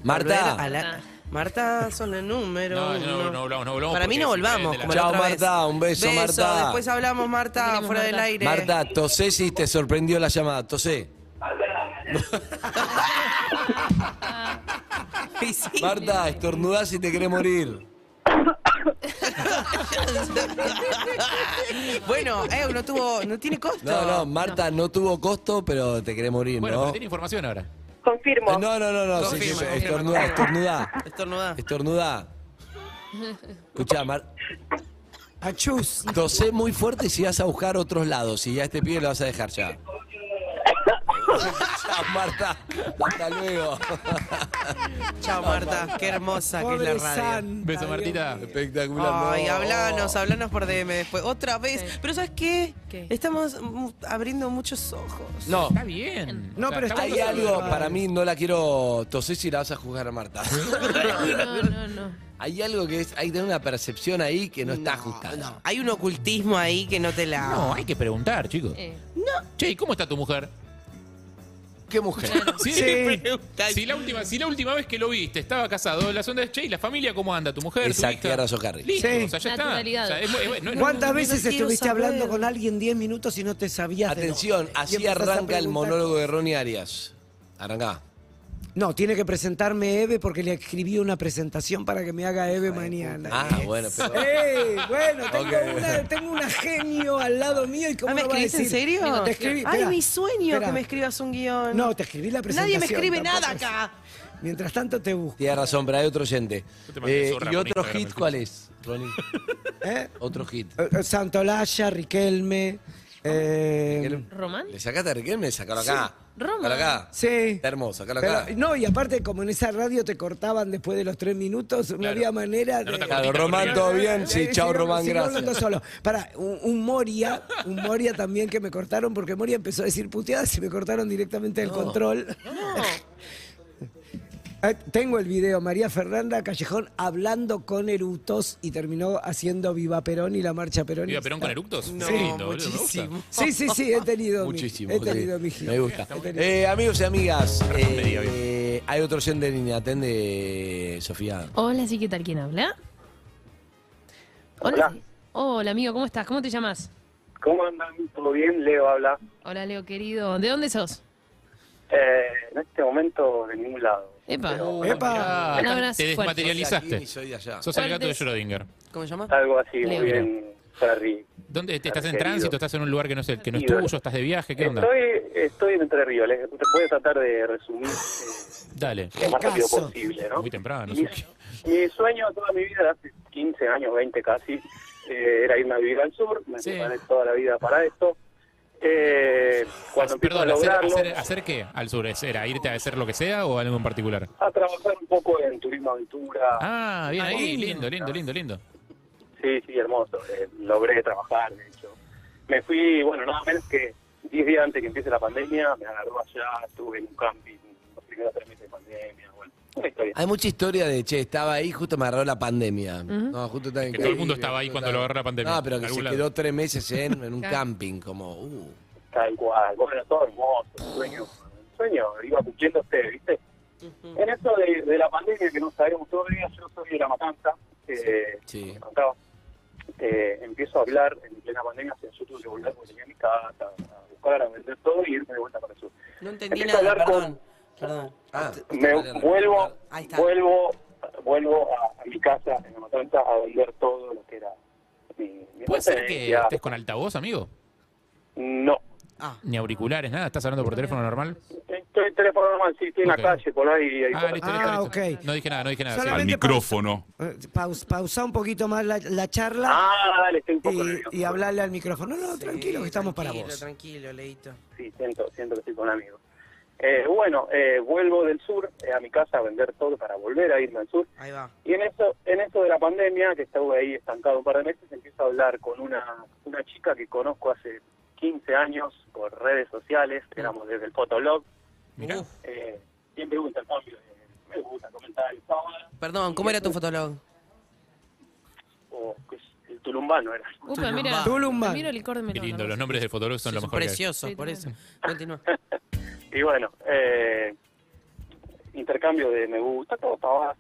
Speaker 3: Volver a
Speaker 2: Marta.
Speaker 3: la- Marta, son el número.
Speaker 5: No, no,
Speaker 3: uno.
Speaker 5: no volvamos, no volvamos
Speaker 3: Para mí
Speaker 5: porque
Speaker 3: no
Speaker 5: es
Speaker 3: volvamos.
Speaker 5: diferente
Speaker 3: Como la
Speaker 2: la-
Speaker 3: otra vez.
Speaker 2: Chao, Marta, un beso, Marta.
Speaker 3: Después hablamos, Marta,
Speaker 4: Queremos
Speaker 3: fuera del
Speaker 4: Marta.
Speaker 3: aire.
Speaker 2: Marta, tosé si te sorprendió la llamada. Tosé.
Speaker 3: Y sí.
Speaker 2: Marta, estornudá si te querés morir.
Speaker 3: bueno, eh, no tuvo, no tiene costo.
Speaker 2: No, no, Marta no tuvo costo, pero te querés morir,
Speaker 5: Bueno,
Speaker 2: ¿no?
Speaker 5: pero tiene información ahora.
Speaker 9: Confirmo.
Speaker 2: Eh, No, no, no, no. sí, sí,
Speaker 3: Confirma,
Speaker 2: sí,
Speaker 3: confirma.
Speaker 2: estornudá, estornudá.
Speaker 3: Estornudá.
Speaker 2: Estornudá. Escuchá, Mar.
Speaker 6: Achus.
Speaker 2: Tosé muy fuerte y si vas a buscar otros lados. Y a este pibe lo vas a dejar ya. Chao, Marta. Hasta luego.
Speaker 3: Chao, Marta. Qué hermosa que
Speaker 6: Pobre
Speaker 3: es la radio.
Speaker 6: santa,
Speaker 5: Beso,
Speaker 6: Dios
Speaker 5: Martita.
Speaker 6: mío.
Speaker 2: Espectacular.
Speaker 3: Ay,
Speaker 2: no.
Speaker 3: hablanos, hablanos por DM después. Otra vez. Pero ¿sabes qué?
Speaker 4: ¿Qué?
Speaker 3: Estamos mm, abriendo muchos ojos.
Speaker 2: No,
Speaker 5: Está bien.
Speaker 6: No, pero está
Speaker 2: hay
Speaker 6: bueno
Speaker 2: algo
Speaker 6: saberlo.
Speaker 2: para mí, no la quiero tosé si la vas a jugar a Marta.
Speaker 4: No, no, no.
Speaker 2: hay algo que es, hay que tener una percepción ahí que no, está ajustada.
Speaker 3: No, Hay un ocultismo ahí que no te la.
Speaker 5: No, hay que preguntar, chicos.
Speaker 4: Eh,
Speaker 5: Che, ¿y cómo está tu mujer?
Speaker 2: ¿Qué mujer?
Speaker 5: Sí,
Speaker 6: Sí.
Speaker 5: Si, la última, si la última vez que lo viste estaba casado, la onda es, che, ¿y la familia cómo anda? ¿Tu mujer?
Speaker 2: Exacto,
Speaker 5: tu hija?
Speaker 2: tenés razón, Harry.
Speaker 5: Listo,
Speaker 6: Sí.
Speaker 5: o sea, ya está.
Speaker 4: Naturalidad.
Speaker 5: O sea, es mu- es- no- no-
Speaker 6: ¿Cuántas
Speaker 3: no, no
Speaker 6: veces
Speaker 3: quiero
Speaker 6: estuviste
Speaker 3: saber.
Speaker 6: hablando con alguien 10 minutos y no te sabías de
Speaker 2: Atención,
Speaker 6: dónde? Y
Speaker 2: así
Speaker 6: empezás a
Speaker 2: arranca el
Speaker 6: preguntar-
Speaker 2: monólogo de Ronnie Arias. Arrancá.
Speaker 6: No, tiene que presentarme Eve porque le escribí una presentación para que me haga Eve mañana.
Speaker 2: Ah, bueno, pero.
Speaker 6: ¡Ey! Bueno, tengo,
Speaker 2: Ok.
Speaker 6: una, tengo una genio al lado mío y cómo
Speaker 3: Ah, ¿Me
Speaker 6: no va a
Speaker 3: escribís en
Speaker 6: decir?
Speaker 3: serio?
Speaker 6: Te escribí,
Speaker 3: Ay,
Speaker 6: espera,
Speaker 3: mi sueño
Speaker 6: espera.
Speaker 3: que me escribas un guión.
Speaker 6: No, te escribí la
Speaker 3: Nadie
Speaker 6: presentación.
Speaker 3: me escribe
Speaker 6: tampoco
Speaker 3: nada
Speaker 6: es-
Speaker 3: acá.
Speaker 6: Mientras tanto te busco.
Speaker 2: Tienes razón, pero hay otro oyente.
Speaker 5: Yo te mandé
Speaker 2: Eh,
Speaker 5: zorra
Speaker 2: ¿Y
Speaker 5: por
Speaker 2: otro
Speaker 5: Instagram,
Speaker 2: hit
Speaker 5: el
Speaker 2: cuál es, Ronnie?
Speaker 6: ¿eh?
Speaker 2: Otro hit.
Speaker 6: Eh, eh, Santolaya, Riquelme. eh,
Speaker 4: ¿Román?
Speaker 2: ¿Le sacaste a Riquelme? Sacalo acá.
Speaker 4: Roma.
Speaker 2: Sacalo acá.
Speaker 6: sí.
Speaker 2: Está hermoso, sacalo
Speaker 6: Pero,
Speaker 2: acá.
Speaker 6: no, y aparte, como en esa radio te cortaban después de los tres minutos, no
Speaker 5: Claro.
Speaker 6: había manera
Speaker 5: La
Speaker 6: de.
Speaker 5: nota
Speaker 2: Claro, Román, ¿todo bien? Sí,
Speaker 6: Eh,
Speaker 2: chao,
Speaker 6: sigo-
Speaker 2: Román,
Speaker 6: sigo hablando
Speaker 2: gracias.
Speaker 6: solo. Para, un, un Moria, un Moria también que me cortaron porque Moria empezó a decir puteadas y me cortaron directamente el control. Eh, Tengo el video, María Fernanda Callejón hablando con erutos y terminó haciendo Viva Perón y la marcha Perón.
Speaker 5: ¿Viva Perón con eructos?
Speaker 3: No,
Speaker 5: Qué lindo, boludo, me gusta.
Speaker 3: muchísimo.
Speaker 6: Sí, sí, sí, he tenido mi-
Speaker 2: Muchísimo.
Speaker 6: he tenido
Speaker 2: sí.
Speaker 6: mi Ah, hit.
Speaker 2: Me gusta.
Speaker 6: He tenido-
Speaker 2: Eh, amigos y amigas,
Speaker 5: Perdón, me diga
Speaker 2: eh, hay otro oyente en línea. Atende, Sofía.
Speaker 4: Hola, sí, ¿qué tal? ¿Quién habla? Hola.
Speaker 7: Hola.
Speaker 4: Hola, amigo, ¿cómo estás? ¿Cómo te llamas?
Speaker 7: ¿Cómo andan? ¿Todo bien? Leo habla.
Speaker 4: Hola, Leo, querido. ¿De dónde sos?
Speaker 7: Eh, en este momento, de ningún lado.
Speaker 4: Epa.
Speaker 6: ¡Epa!
Speaker 4: Un abrazo
Speaker 5: te
Speaker 4: fuerte.
Speaker 5: desmaterializaste.
Speaker 2: soy de allá.
Speaker 5: Sos el gato de
Speaker 4: Fuertes.
Speaker 5: Schrödinger.
Speaker 3: ¿Cómo se llama?
Speaker 7: Algo así,
Speaker 4: Leo.
Speaker 7: muy bien, Ferry.
Speaker 5: ¿Dónde, ¿Estás en
Speaker 7: Querido.
Speaker 5: tránsito? ¿Estás en un lugar que no es, el, que no es
Speaker 7: Ídolo.
Speaker 5: tuyo? ¿Estás de viaje? ¿Qué onda?
Speaker 7: Estoy, estoy en Entre Ríos. Les- Te puedo tratar de resumir eh,
Speaker 5: Dale.
Speaker 7: lo más rápido
Speaker 6: Caso.
Speaker 7: posible, ¿no?
Speaker 5: Muy temprano.
Speaker 7: Mi,
Speaker 5: Suki.
Speaker 7: mi sueño toda mi vida, hace 15 años, 20 casi, eh, era irme a vivir al sur. Me
Speaker 5: Sí.
Speaker 7: preparé toda la vida para esto. Eh, cuando empiezo
Speaker 5: Perdón,
Speaker 7: a
Speaker 5: hacer,
Speaker 7: lograrlo,
Speaker 5: hacer- hacer qué al sur? ¿Es- ¿Era irte a hacer lo que sea o algo en particular?
Speaker 7: a trabajar un poco en turismo aventura.
Speaker 5: Ah, bien, ahí. Lindo, lindo, lindo, lindo.
Speaker 7: Sí, sí, hermoso. Eh, logré trabajar, de hecho. Me fui, bueno, nada menos que 10 días antes que empiece la pandemia, me agarró allá, estuve en un camping los primeros tres meses de pandemia, bueno, una historia.
Speaker 2: Hay mucha historia de, che, estaba ahí, justo me agarró la pandemia. No, justo estaba en
Speaker 5: Que todo el
Speaker 2: Caribe,
Speaker 5: mundo estaba ahí
Speaker 2: justo
Speaker 5: cuando
Speaker 2: estaba-
Speaker 5: lo agarró la pandemia,
Speaker 2: No, pero
Speaker 5: en
Speaker 2: que se
Speaker 5: algún
Speaker 2: quedó
Speaker 5: lado.
Speaker 2: tres meses en, en un camping, como, uh.
Speaker 7: Tal cual, bueno, todo hermoso, un sueño, un sueño, iba cumpliendo usted, ¿viste? En eso de, de la pandemia que no sabemos todavía, yo soy de La Matanza, eh,
Speaker 2: Sí.
Speaker 7: como te contaba, eh, empiezo a hablar en plena pandemia, o sea, yo tuve que volver porque tenía mi casa, a buscar, a vender todo y irme de vuelta para el sur.
Speaker 3: No entendí
Speaker 7: Empiezo a
Speaker 3: nada,
Speaker 7: hablar con-
Speaker 3: perdón. Perdón.
Speaker 2: Ah,
Speaker 7: me vuelvo,
Speaker 3: Ahí está.
Speaker 7: vuelvo, vuelvo a, a mi casa en la matanza a vender todo lo que era mi, mi
Speaker 5: ¿Puede ser que
Speaker 7: pertenencia.
Speaker 5: estés con altavoz, amigo?
Speaker 7: No,
Speaker 3: Ah,
Speaker 5: Ni auriculares, nada. ¿Estás hablando por teléfono normal?
Speaker 7: estoy en teléfono normal, sí, estoy en
Speaker 5: Ok.
Speaker 7: la calle por ahí. ahí
Speaker 5: Ah,
Speaker 7: por-
Speaker 5: listo,
Speaker 6: Ah,
Speaker 5: listo, listo.
Speaker 6: ok.
Speaker 5: No dije nada, no dije nada. sí.
Speaker 6: Solamente-
Speaker 8: Al micrófono.
Speaker 6: Eh, paus- pausá un poquito más la, la charla
Speaker 7: Ah, dale, estoy un poco nervioso.
Speaker 6: y, y hablarle al micrófono. No, no, tranquilo, que estamos para
Speaker 3: tranquilo,
Speaker 6: vos.
Speaker 3: Tranquilo, Leito.
Speaker 7: Sí, siento, siento que estoy con amigos. Eh, bueno, eh, vuelvo del sur eh, a mi casa a vender todo para volver a irme al sur.
Speaker 3: Ahí va.
Speaker 7: Y en eso, en eso de la pandemia, que estuve ahí estancado un par de meses, empiezo a hablar con una, una chica que conozco hace 15 años por redes sociales, éramos desde el Fotolog.
Speaker 5: Mirá.
Speaker 7: Eh, siempre hubo intercambio de me gusta, comentarios, pavada,
Speaker 3: Perdón, ¿cómo era tu fotolog?
Speaker 7: o qué sé, el tulumbano era.
Speaker 4: Upa, mira.
Speaker 6: Tulumba.
Speaker 4: Mira el licor de
Speaker 5: Qué
Speaker 4: melón.
Speaker 5: lindo. Los nombres de fotólogos son lo
Speaker 3: Son
Speaker 5: mejor. que hay.
Speaker 3: preciosos,
Speaker 4: Sí,
Speaker 3: por eso.
Speaker 4: también.
Speaker 3: Continúa.
Speaker 7: Y bueno, eh, intercambio de me gusta, todo pavadas,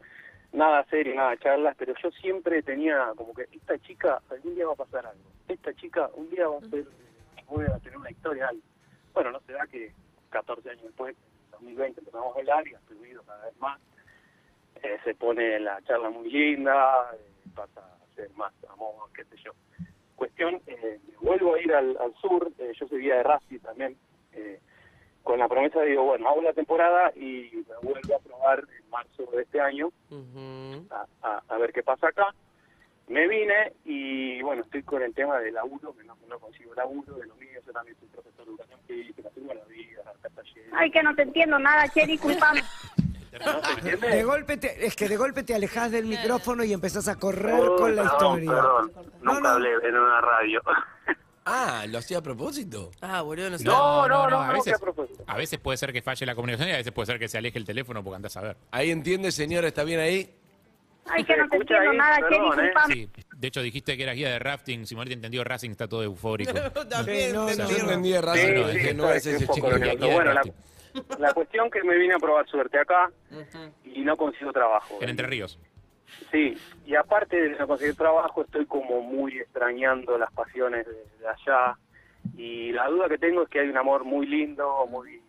Speaker 7: nada serio, nada charlas, pero yo siempre tenía como que esta chica algún día va a pasar algo, esta chica un día va a ser, voy a tener una historia, algo. Bueno, no será que 14 años después, en 2020, empezamos a hablar y ha subido cada vez más. Eh, se pone la charla muy linda, eh, pasa a ser más amor, qué sé yo. Cuestión, eh, vuelvo a ir al, al sur, eh, yo soy guía de Racing también, eh, con la promesa de, digo, bueno, hago la temporada y me vuelvo a probar en marzo de este año
Speaker 3: Ujú.
Speaker 7: a, a- a ver qué pasa acá. Me vine y, bueno, estoy con el tema del laburo, que no, no consigo laburo, de los míos, yo también soy profesor de educación física, tengo la vida, las talleres.
Speaker 10: Ay, que no te entiendo nada, che, disculpame.
Speaker 7: ¿No se entiende?
Speaker 6: De golpe te- es que de golpe te alejás del micrófono y empezás a correr
Speaker 7: Uy,
Speaker 6: con la
Speaker 7: perdón,
Speaker 6: historia.
Speaker 7: perdón.
Speaker 6: No,
Speaker 7: Nunca
Speaker 6: no.
Speaker 7: hablé en una radio.
Speaker 2: Ah, ¿lo hacía a propósito?
Speaker 3: Ah, boludo, no sé.
Speaker 7: No, no, no,
Speaker 5: a
Speaker 7: no,
Speaker 5: veces,
Speaker 7: qué propósito.
Speaker 5: a veces puede ser que falle la comunicación y a veces puede ser que se aleje el teléfono porque andás a ver.
Speaker 2: Ahí entiende, señora, ¿está bien ahí?
Speaker 10: Ay, que no te
Speaker 7: Escucha
Speaker 10: entiendo
Speaker 7: ahí,
Speaker 10: nada, che,
Speaker 7: perdón, ¿eh?
Speaker 10: disculpame.
Speaker 5: Sí. De hecho, dijiste que eras guía de rafting. Si mal te entendió, Racing está todo eufórico.
Speaker 3: También,
Speaker 6: Sí, no,
Speaker 3: te
Speaker 6: no,
Speaker 2: Yo
Speaker 3: entiendo.
Speaker 2: entendí de
Speaker 7: Sí,
Speaker 2: razón, no,
Speaker 7: sí,
Speaker 2: dije, no
Speaker 7: estoy-
Speaker 2: es ese
Speaker 7: estoy un
Speaker 2: chico.
Speaker 7: poco
Speaker 5: que
Speaker 7: nervioso.
Speaker 5: había
Speaker 7: Bueno, la,
Speaker 5: gratis.
Speaker 7: la cuestión que me vine a probar suerte acá y no consigo trabajo.
Speaker 5: En Entre Ríos.
Speaker 7: Sí, y aparte de no conseguir trabajo, estoy como muy extrañando las pasiones de, de allá. Y la duda que tengo es que hay un amor muy lindo, muy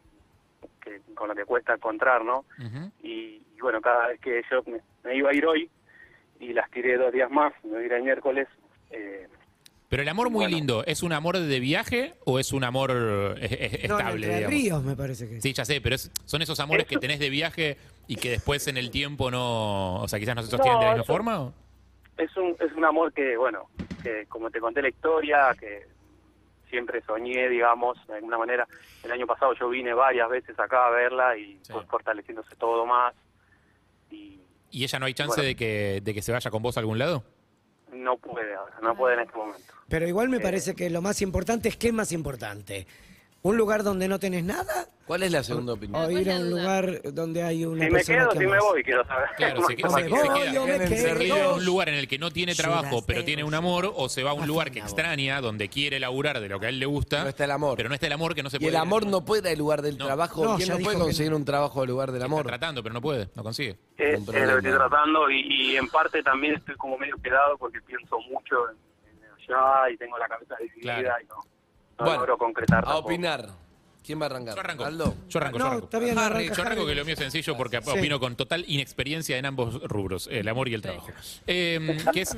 Speaker 7: que, con lo que cuesta encontrar, ¿no?
Speaker 5: Ujú.
Speaker 7: y, y bueno, cada vez que yo me, me iba a ir hoy y las tiré dos días más, me voy a ir el miércoles, eh,
Speaker 5: Pero el amor muy
Speaker 7: Bueno.
Speaker 5: lindo, ¿es un amor de viaje o es un amor eh, eh,
Speaker 6: No, en
Speaker 5: estable?
Speaker 6: Entre
Speaker 5: digamos?
Speaker 6: Ríos me parece que es.
Speaker 5: Sí, ya sé, pero es- son esos amores que tenés de viaje y que después en el tiempo no. O sea, quizás no se sostienen de la
Speaker 7: No,
Speaker 5: misma
Speaker 7: eso-
Speaker 5: forma. ¿o?
Speaker 7: es un, es un amor que, bueno, que como te conté la historia, que siempre soñé, digamos, de alguna manera. El año pasado yo vine varias veces acá a verla y
Speaker 5: Sí.
Speaker 7: fue fortaleciéndose todo más. Y
Speaker 5: ¿Y ella no hay chance
Speaker 7: Bueno.
Speaker 5: de, que, de que se vaya con vos a algún lado?
Speaker 7: no puede ahora, no puede en este momento.
Speaker 6: Pero igual me parece que lo más importante es qué es más importante. ¿Un lugar donde no tenés nada?
Speaker 2: ¿Cuál es la segunda opinión?
Speaker 6: ¿O
Speaker 4: ¿Cuál es
Speaker 6: ir a
Speaker 4: la
Speaker 6: un
Speaker 4: duda?
Speaker 6: lugar donde hay una
Speaker 7: Si me
Speaker 6: persona
Speaker 7: quedo,
Speaker 6: que
Speaker 7: si me
Speaker 6: amás?
Speaker 7: voy, quiero saber.
Speaker 5: Claro, se, se-
Speaker 6: Yo
Speaker 5: se-
Speaker 6: me
Speaker 5: se
Speaker 6: voy,
Speaker 5: queda
Speaker 6: yo me
Speaker 5: se
Speaker 6: quedo.
Speaker 5: ríe a un lugar en el que no tiene
Speaker 3: Yo
Speaker 5: trabajo,
Speaker 3: las
Speaker 5: pero
Speaker 3: tengo,
Speaker 5: tiene un
Speaker 3: yo.
Speaker 5: amor, o se va a un lugar que
Speaker 3: Imagina vos.
Speaker 5: extraña, donde quiere laburar de lo que a él le gusta.
Speaker 2: No está el amor.
Speaker 5: Pero no está el amor que no se
Speaker 2: Y
Speaker 5: puede.
Speaker 2: el amor no puede ir al lugar del
Speaker 5: No.
Speaker 2: trabajo.
Speaker 6: No,
Speaker 2: ¿Quién
Speaker 6: ya
Speaker 2: no
Speaker 6: dijo
Speaker 2: puede
Speaker 6: que
Speaker 2: conseguir un trabajo al lugar del
Speaker 5: Está
Speaker 2: amor?
Speaker 5: tratando, pero no puede, no consigue.
Speaker 7: Eh, Es,
Speaker 2: Un
Speaker 7: es lo que estoy
Speaker 2: problema.
Speaker 7: tratando y, y en parte también estoy como medio quedado porque pienso mucho en, en allá y tengo la cabeza dividida
Speaker 5: Claro.
Speaker 7: y no, no logro concretar.
Speaker 2: a
Speaker 7: tampoco.
Speaker 2: opinar. ¿Quién va a arrancar?
Speaker 5: Yo arranco.
Speaker 2: Aldo.
Speaker 5: Yo arranco,
Speaker 6: No,
Speaker 5: yo arranco.
Speaker 6: está bien,
Speaker 5: Harry,
Speaker 6: arranca,
Speaker 5: yo arranco
Speaker 6: Harry.
Speaker 5: que lo mío es sencillo porque
Speaker 6: Sí.
Speaker 5: opino con total inexperiencia en ambos rubros, el amor y el trabajo. Eh, que es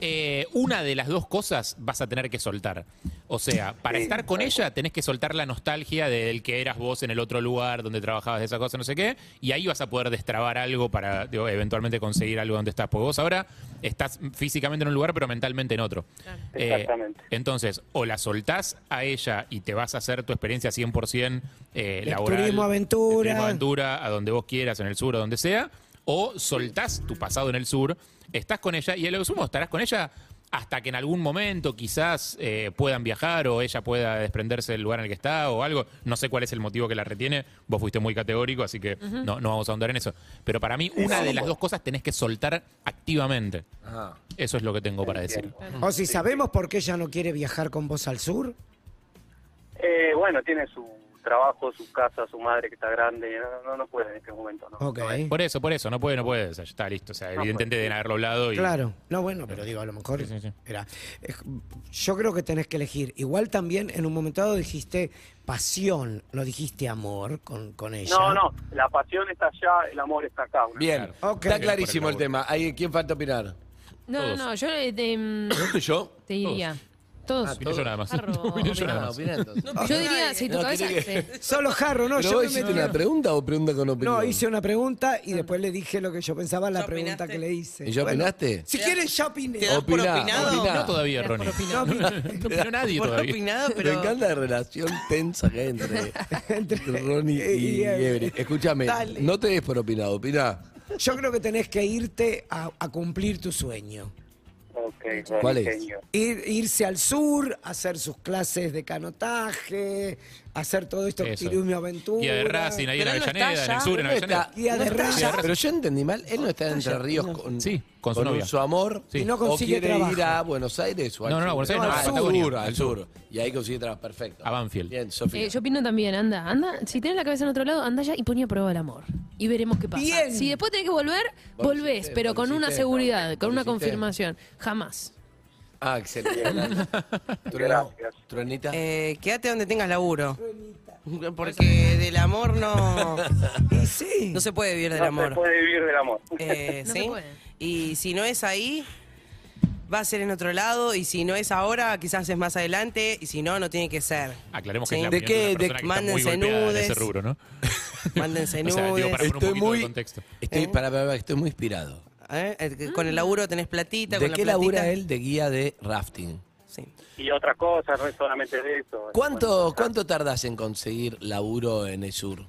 Speaker 5: eh, una de las dos cosas vas a tener que soltar. O sea, para
Speaker 7: Sí,
Speaker 5: estar con
Speaker 7: tal
Speaker 5: ella tenés que soltar la nostalgia del que eras vos en el otro lugar donde trabajabas de esa cosa, no sé qué, y ahí vas a poder destrabar algo para digo, eventualmente conseguir algo donde estás. Porque vos ahora estás físicamente en un lugar pero mentalmente en otro. Eh,
Speaker 7: Exactamente.
Speaker 5: entonces, o la soltás a ella y te vas a hacer tu experiencia 100% eh,
Speaker 6: El
Speaker 5: laboral.
Speaker 6: turismo aventura.
Speaker 5: el turismo aventura, a donde vos quieras, en el sur, a donde sea. O soltás tu pasado en el sur, estás con ella y a lo sumo estarás con ella hasta que en algún momento quizás eh, puedan viajar o ella pueda desprenderse del lugar en el que está o algo. No sé cuál es el motivo que la retiene. Vos fuiste muy categórico, así que no, no vamos a ahondar en eso. Pero para mí, una de las dos cosas tenés que soltar activamente.
Speaker 2: Ajá.
Speaker 5: Eso es lo que tengo para decir.
Speaker 7: Entiendo.
Speaker 6: O si sabemos por qué ella no quiere viajar con vos al sur.
Speaker 7: Eh, bueno, tiene su trabajo, su casa, su madre que está grande, no, no, no puede en este momento. No,
Speaker 6: Ok.
Speaker 5: Por eso, por eso, no puede, no puede. O sea, ya está listo. O sea, evidentemente deben haberlo hablado y.
Speaker 6: Claro. No, bueno, pero digo, a lo mejor
Speaker 5: Sí, sí, sí.
Speaker 6: era. eh, Yo creo que tenés que elegir. Igual también en un momento dado dijiste pasión, no dijiste amor con, con ella.
Speaker 7: No, no, la pasión está allá, el amor está acá. una
Speaker 2: Bien.
Speaker 6: Claro. Ok.
Speaker 2: Está clarísimo el
Speaker 5: Por el
Speaker 2: tema. Ahí, ¿Quién falta opinar?
Speaker 4: No, no, no, yo eh, te, mm,
Speaker 2: ¿Yo?
Speaker 4: te diría. Todos.
Speaker 5: Opino yo nada Ah, más.
Speaker 4: Arro,
Speaker 5: Opino yo
Speaker 4: opino.
Speaker 5: nada
Speaker 2: Ah,
Speaker 5: más.
Speaker 2: opina entonces.
Speaker 4: Yo diría, si tu
Speaker 2: No,
Speaker 4: cabeza.
Speaker 2: quería
Speaker 4: sí.
Speaker 6: Solo Jarro, no.
Speaker 2: ¿Pero
Speaker 6: yo
Speaker 2: vos
Speaker 6: me
Speaker 2: hiciste
Speaker 6: metí-
Speaker 2: una pregunta o pregunta con opinión?
Speaker 6: No, hice una pregunta y después le dije lo que yo pensaba, la
Speaker 3: ¿Ya
Speaker 6: pregunta
Speaker 3: opinaste?
Speaker 6: que le hice.
Speaker 2: ¿Y ya
Speaker 6: Bueno,
Speaker 2: opinaste?
Speaker 6: Si quieren, ya opiné.
Speaker 3: Te das por
Speaker 2: Opiná,
Speaker 3: opinado.
Speaker 2: opiná.
Speaker 5: No todavía, Ronnie.
Speaker 6: No,
Speaker 5: No, opinó nadie
Speaker 3: Por
Speaker 5: todavía.
Speaker 3: opinado,
Speaker 2: Me
Speaker 3: pero.
Speaker 2: encanta la relación tensa que hay entre, entre Ronnie y,
Speaker 6: y Ebre.
Speaker 2: Ebre. Escúchame,
Speaker 6: Dale.
Speaker 2: no te des por opinado, opina.
Speaker 6: Yo creo que tenés que irte a, a cumplir tu sueño.
Speaker 7: Ok,
Speaker 2: ¿Cuál es?
Speaker 7: genio.
Speaker 6: Ir- irse al sur, hacer sus clases de canotaje, hacer todo esto,
Speaker 5: Eso.
Speaker 6: turismo aventura.
Speaker 5: Guía de Racing, ahí en
Speaker 3: Pero él no está
Speaker 5: Avellaneda, en el
Speaker 3: allá.
Speaker 5: sur, en
Speaker 2: No está-
Speaker 5: Avellaneda.
Speaker 6: Guía de
Speaker 2: no está
Speaker 6: raya.
Speaker 2: allá. Pero yo entendí mal, él no está en Entre Ríos con,
Speaker 5: Sí, con su
Speaker 2: un-
Speaker 5: novia.
Speaker 2: amor
Speaker 5: Sí. Y
Speaker 6: no consigue
Speaker 2: o quiere
Speaker 6: trabajo.
Speaker 2: ir a Buenos Aires o al
Speaker 5: No, no,
Speaker 2: sur.
Speaker 5: no, Buenos Aires
Speaker 6: no,
Speaker 2: al
Speaker 6: a
Speaker 5: Patagonia,
Speaker 2: sur, al
Speaker 5: al
Speaker 2: sur. Y ahí consigue trabajo, perfecto.
Speaker 5: A Banfield.
Speaker 2: Bien, Sofía.
Speaker 4: Eh, yo opino también, anda, anda. Si tenés la cabeza en otro lado, anda ya y ponía a prueba el amor. Y veremos qué pasa.
Speaker 6: Bien.
Speaker 4: Si después tenés que volver,
Speaker 2: Vos lo
Speaker 4: volvés,
Speaker 2: hiciste,
Speaker 4: pero
Speaker 2: vos lo
Speaker 4: con una
Speaker 2: hiciste,
Speaker 4: seguridad,
Speaker 2: vos
Speaker 4: con
Speaker 2: lo
Speaker 4: una
Speaker 2: hiciste.
Speaker 4: confirmación. Jamás.
Speaker 2: Ah, excelente. gracias. Trueno,
Speaker 7: Gracias.
Speaker 2: Truenita.
Speaker 3: Eh, quédate donde tengas laburo. Porque del amor no.
Speaker 6: Y sí.
Speaker 3: No se puede vivir del
Speaker 7: No se
Speaker 3: amor.
Speaker 7: puede vivir del amor.
Speaker 3: Eh,
Speaker 4: No
Speaker 3: ¿sí?
Speaker 4: se puede.
Speaker 3: Y si no es ahí, va a ser en otro lado. Y si no es ahora, quizás es más adelante. Y si no, no tiene que ser.
Speaker 5: Aclaremos que
Speaker 3: Sí.
Speaker 5: es la
Speaker 3: ¿De
Speaker 5: opinión de,
Speaker 2: qué-
Speaker 5: una persona
Speaker 3: de-
Speaker 5: que está muy
Speaker 3: mándense
Speaker 5: golpeada en ese
Speaker 3: nudes?
Speaker 5: rubro, ¿no?
Speaker 3: Mándense
Speaker 5: O sea, digo, para
Speaker 3: nudes.
Speaker 5: poner un poquito de contexto.
Speaker 2: Estoy, para, estoy muy inspirado.
Speaker 3: ¿eh? Eh,
Speaker 6: ¿Mm?
Speaker 3: Con
Speaker 4: Ah.
Speaker 3: el laburo tenés platita.
Speaker 2: ¿De
Speaker 3: con
Speaker 2: qué
Speaker 3: la platita-
Speaker 2: labura él de guía de rafting?
Speaker 3: Sí.
Speaker 7: Y otra cosa, no es solamente de eso.
Speaker 2: ¿Cuánto, ¿Cuánto tardás en conseguir laburo en el sur?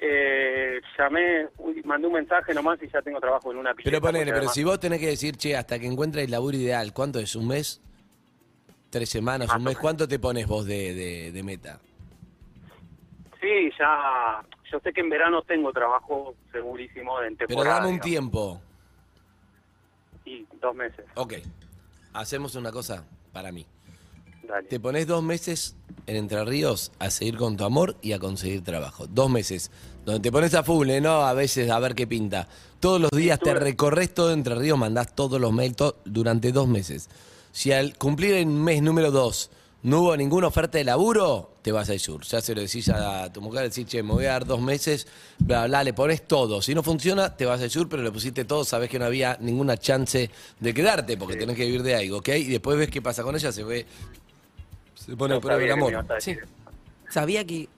Speaker 7: Eh, llamé, uy, mandé un mensaje nomás y ya tengo trabajo en una
Speaker 2: Pero
Speaker 7: pileta,
Speaker 2: ponele,
Speaker 7: porque
Speaker 2: pero
Speaker 7: además-
Speaker 2: si vos tenés que decir, che, hasta que encuentres el laburo ideal, ¿cuánto es? ¿Un mes? ¿Tres semanas?
Speaker 7: Más
Speaker 2: ¿Un
Speaker 7: o
Speaker 2: mes?
Speaker 7: menos.
Speaker 2: ¿Cuánto te pones vos de, de- de meta?
Speaker 7: Sí, ya. Yo sé que en verano tengo trabajo segurísimo en
Speaker 2: Pero
Speaker 7: temporada.
Speaker 2: dame un
Speaker 7: digamos.
Speaker 2: tiempo.
Speaker 7: Y dos meses,
Speaker 2: Ok, hacemos una cosa para mí.
Speaker 7: dale.
Speaker 2: Te pones dos meses en Entre Ríos a seguir con tu amor y a conseguir trabajo. Dos meses. Donde te pones a full, ¿eh? ¿no? A veces a ver qué pinta. Todos los días te recorres todo Entre Ríos, mandás todos los mails to- durante dos meses. Si al cumplir el mes número dos no hubo ninguna oferta de laburo, te vas al sur. Ya se lo decís a tu mujer, decís, che, me voy a dar dos meses, bla, bla, le pones todo. Si no funciona, te vas al sur, pero le pusiste todo, sabés que no había ninguna chance de quedarte porque tenés que vivir de algo, ¿ok? Y después ves qué pasa con ella, se ve se pone a
Speaker 7: No
Speaker 2: prueba
Speaker 7: sabía que
Speaker 2: el
Speaker 7: me
Speaker 2: amor.
Speaker 7: ibas a decir
Speaker 3: Sabía que.
Speaker 2: ¿Y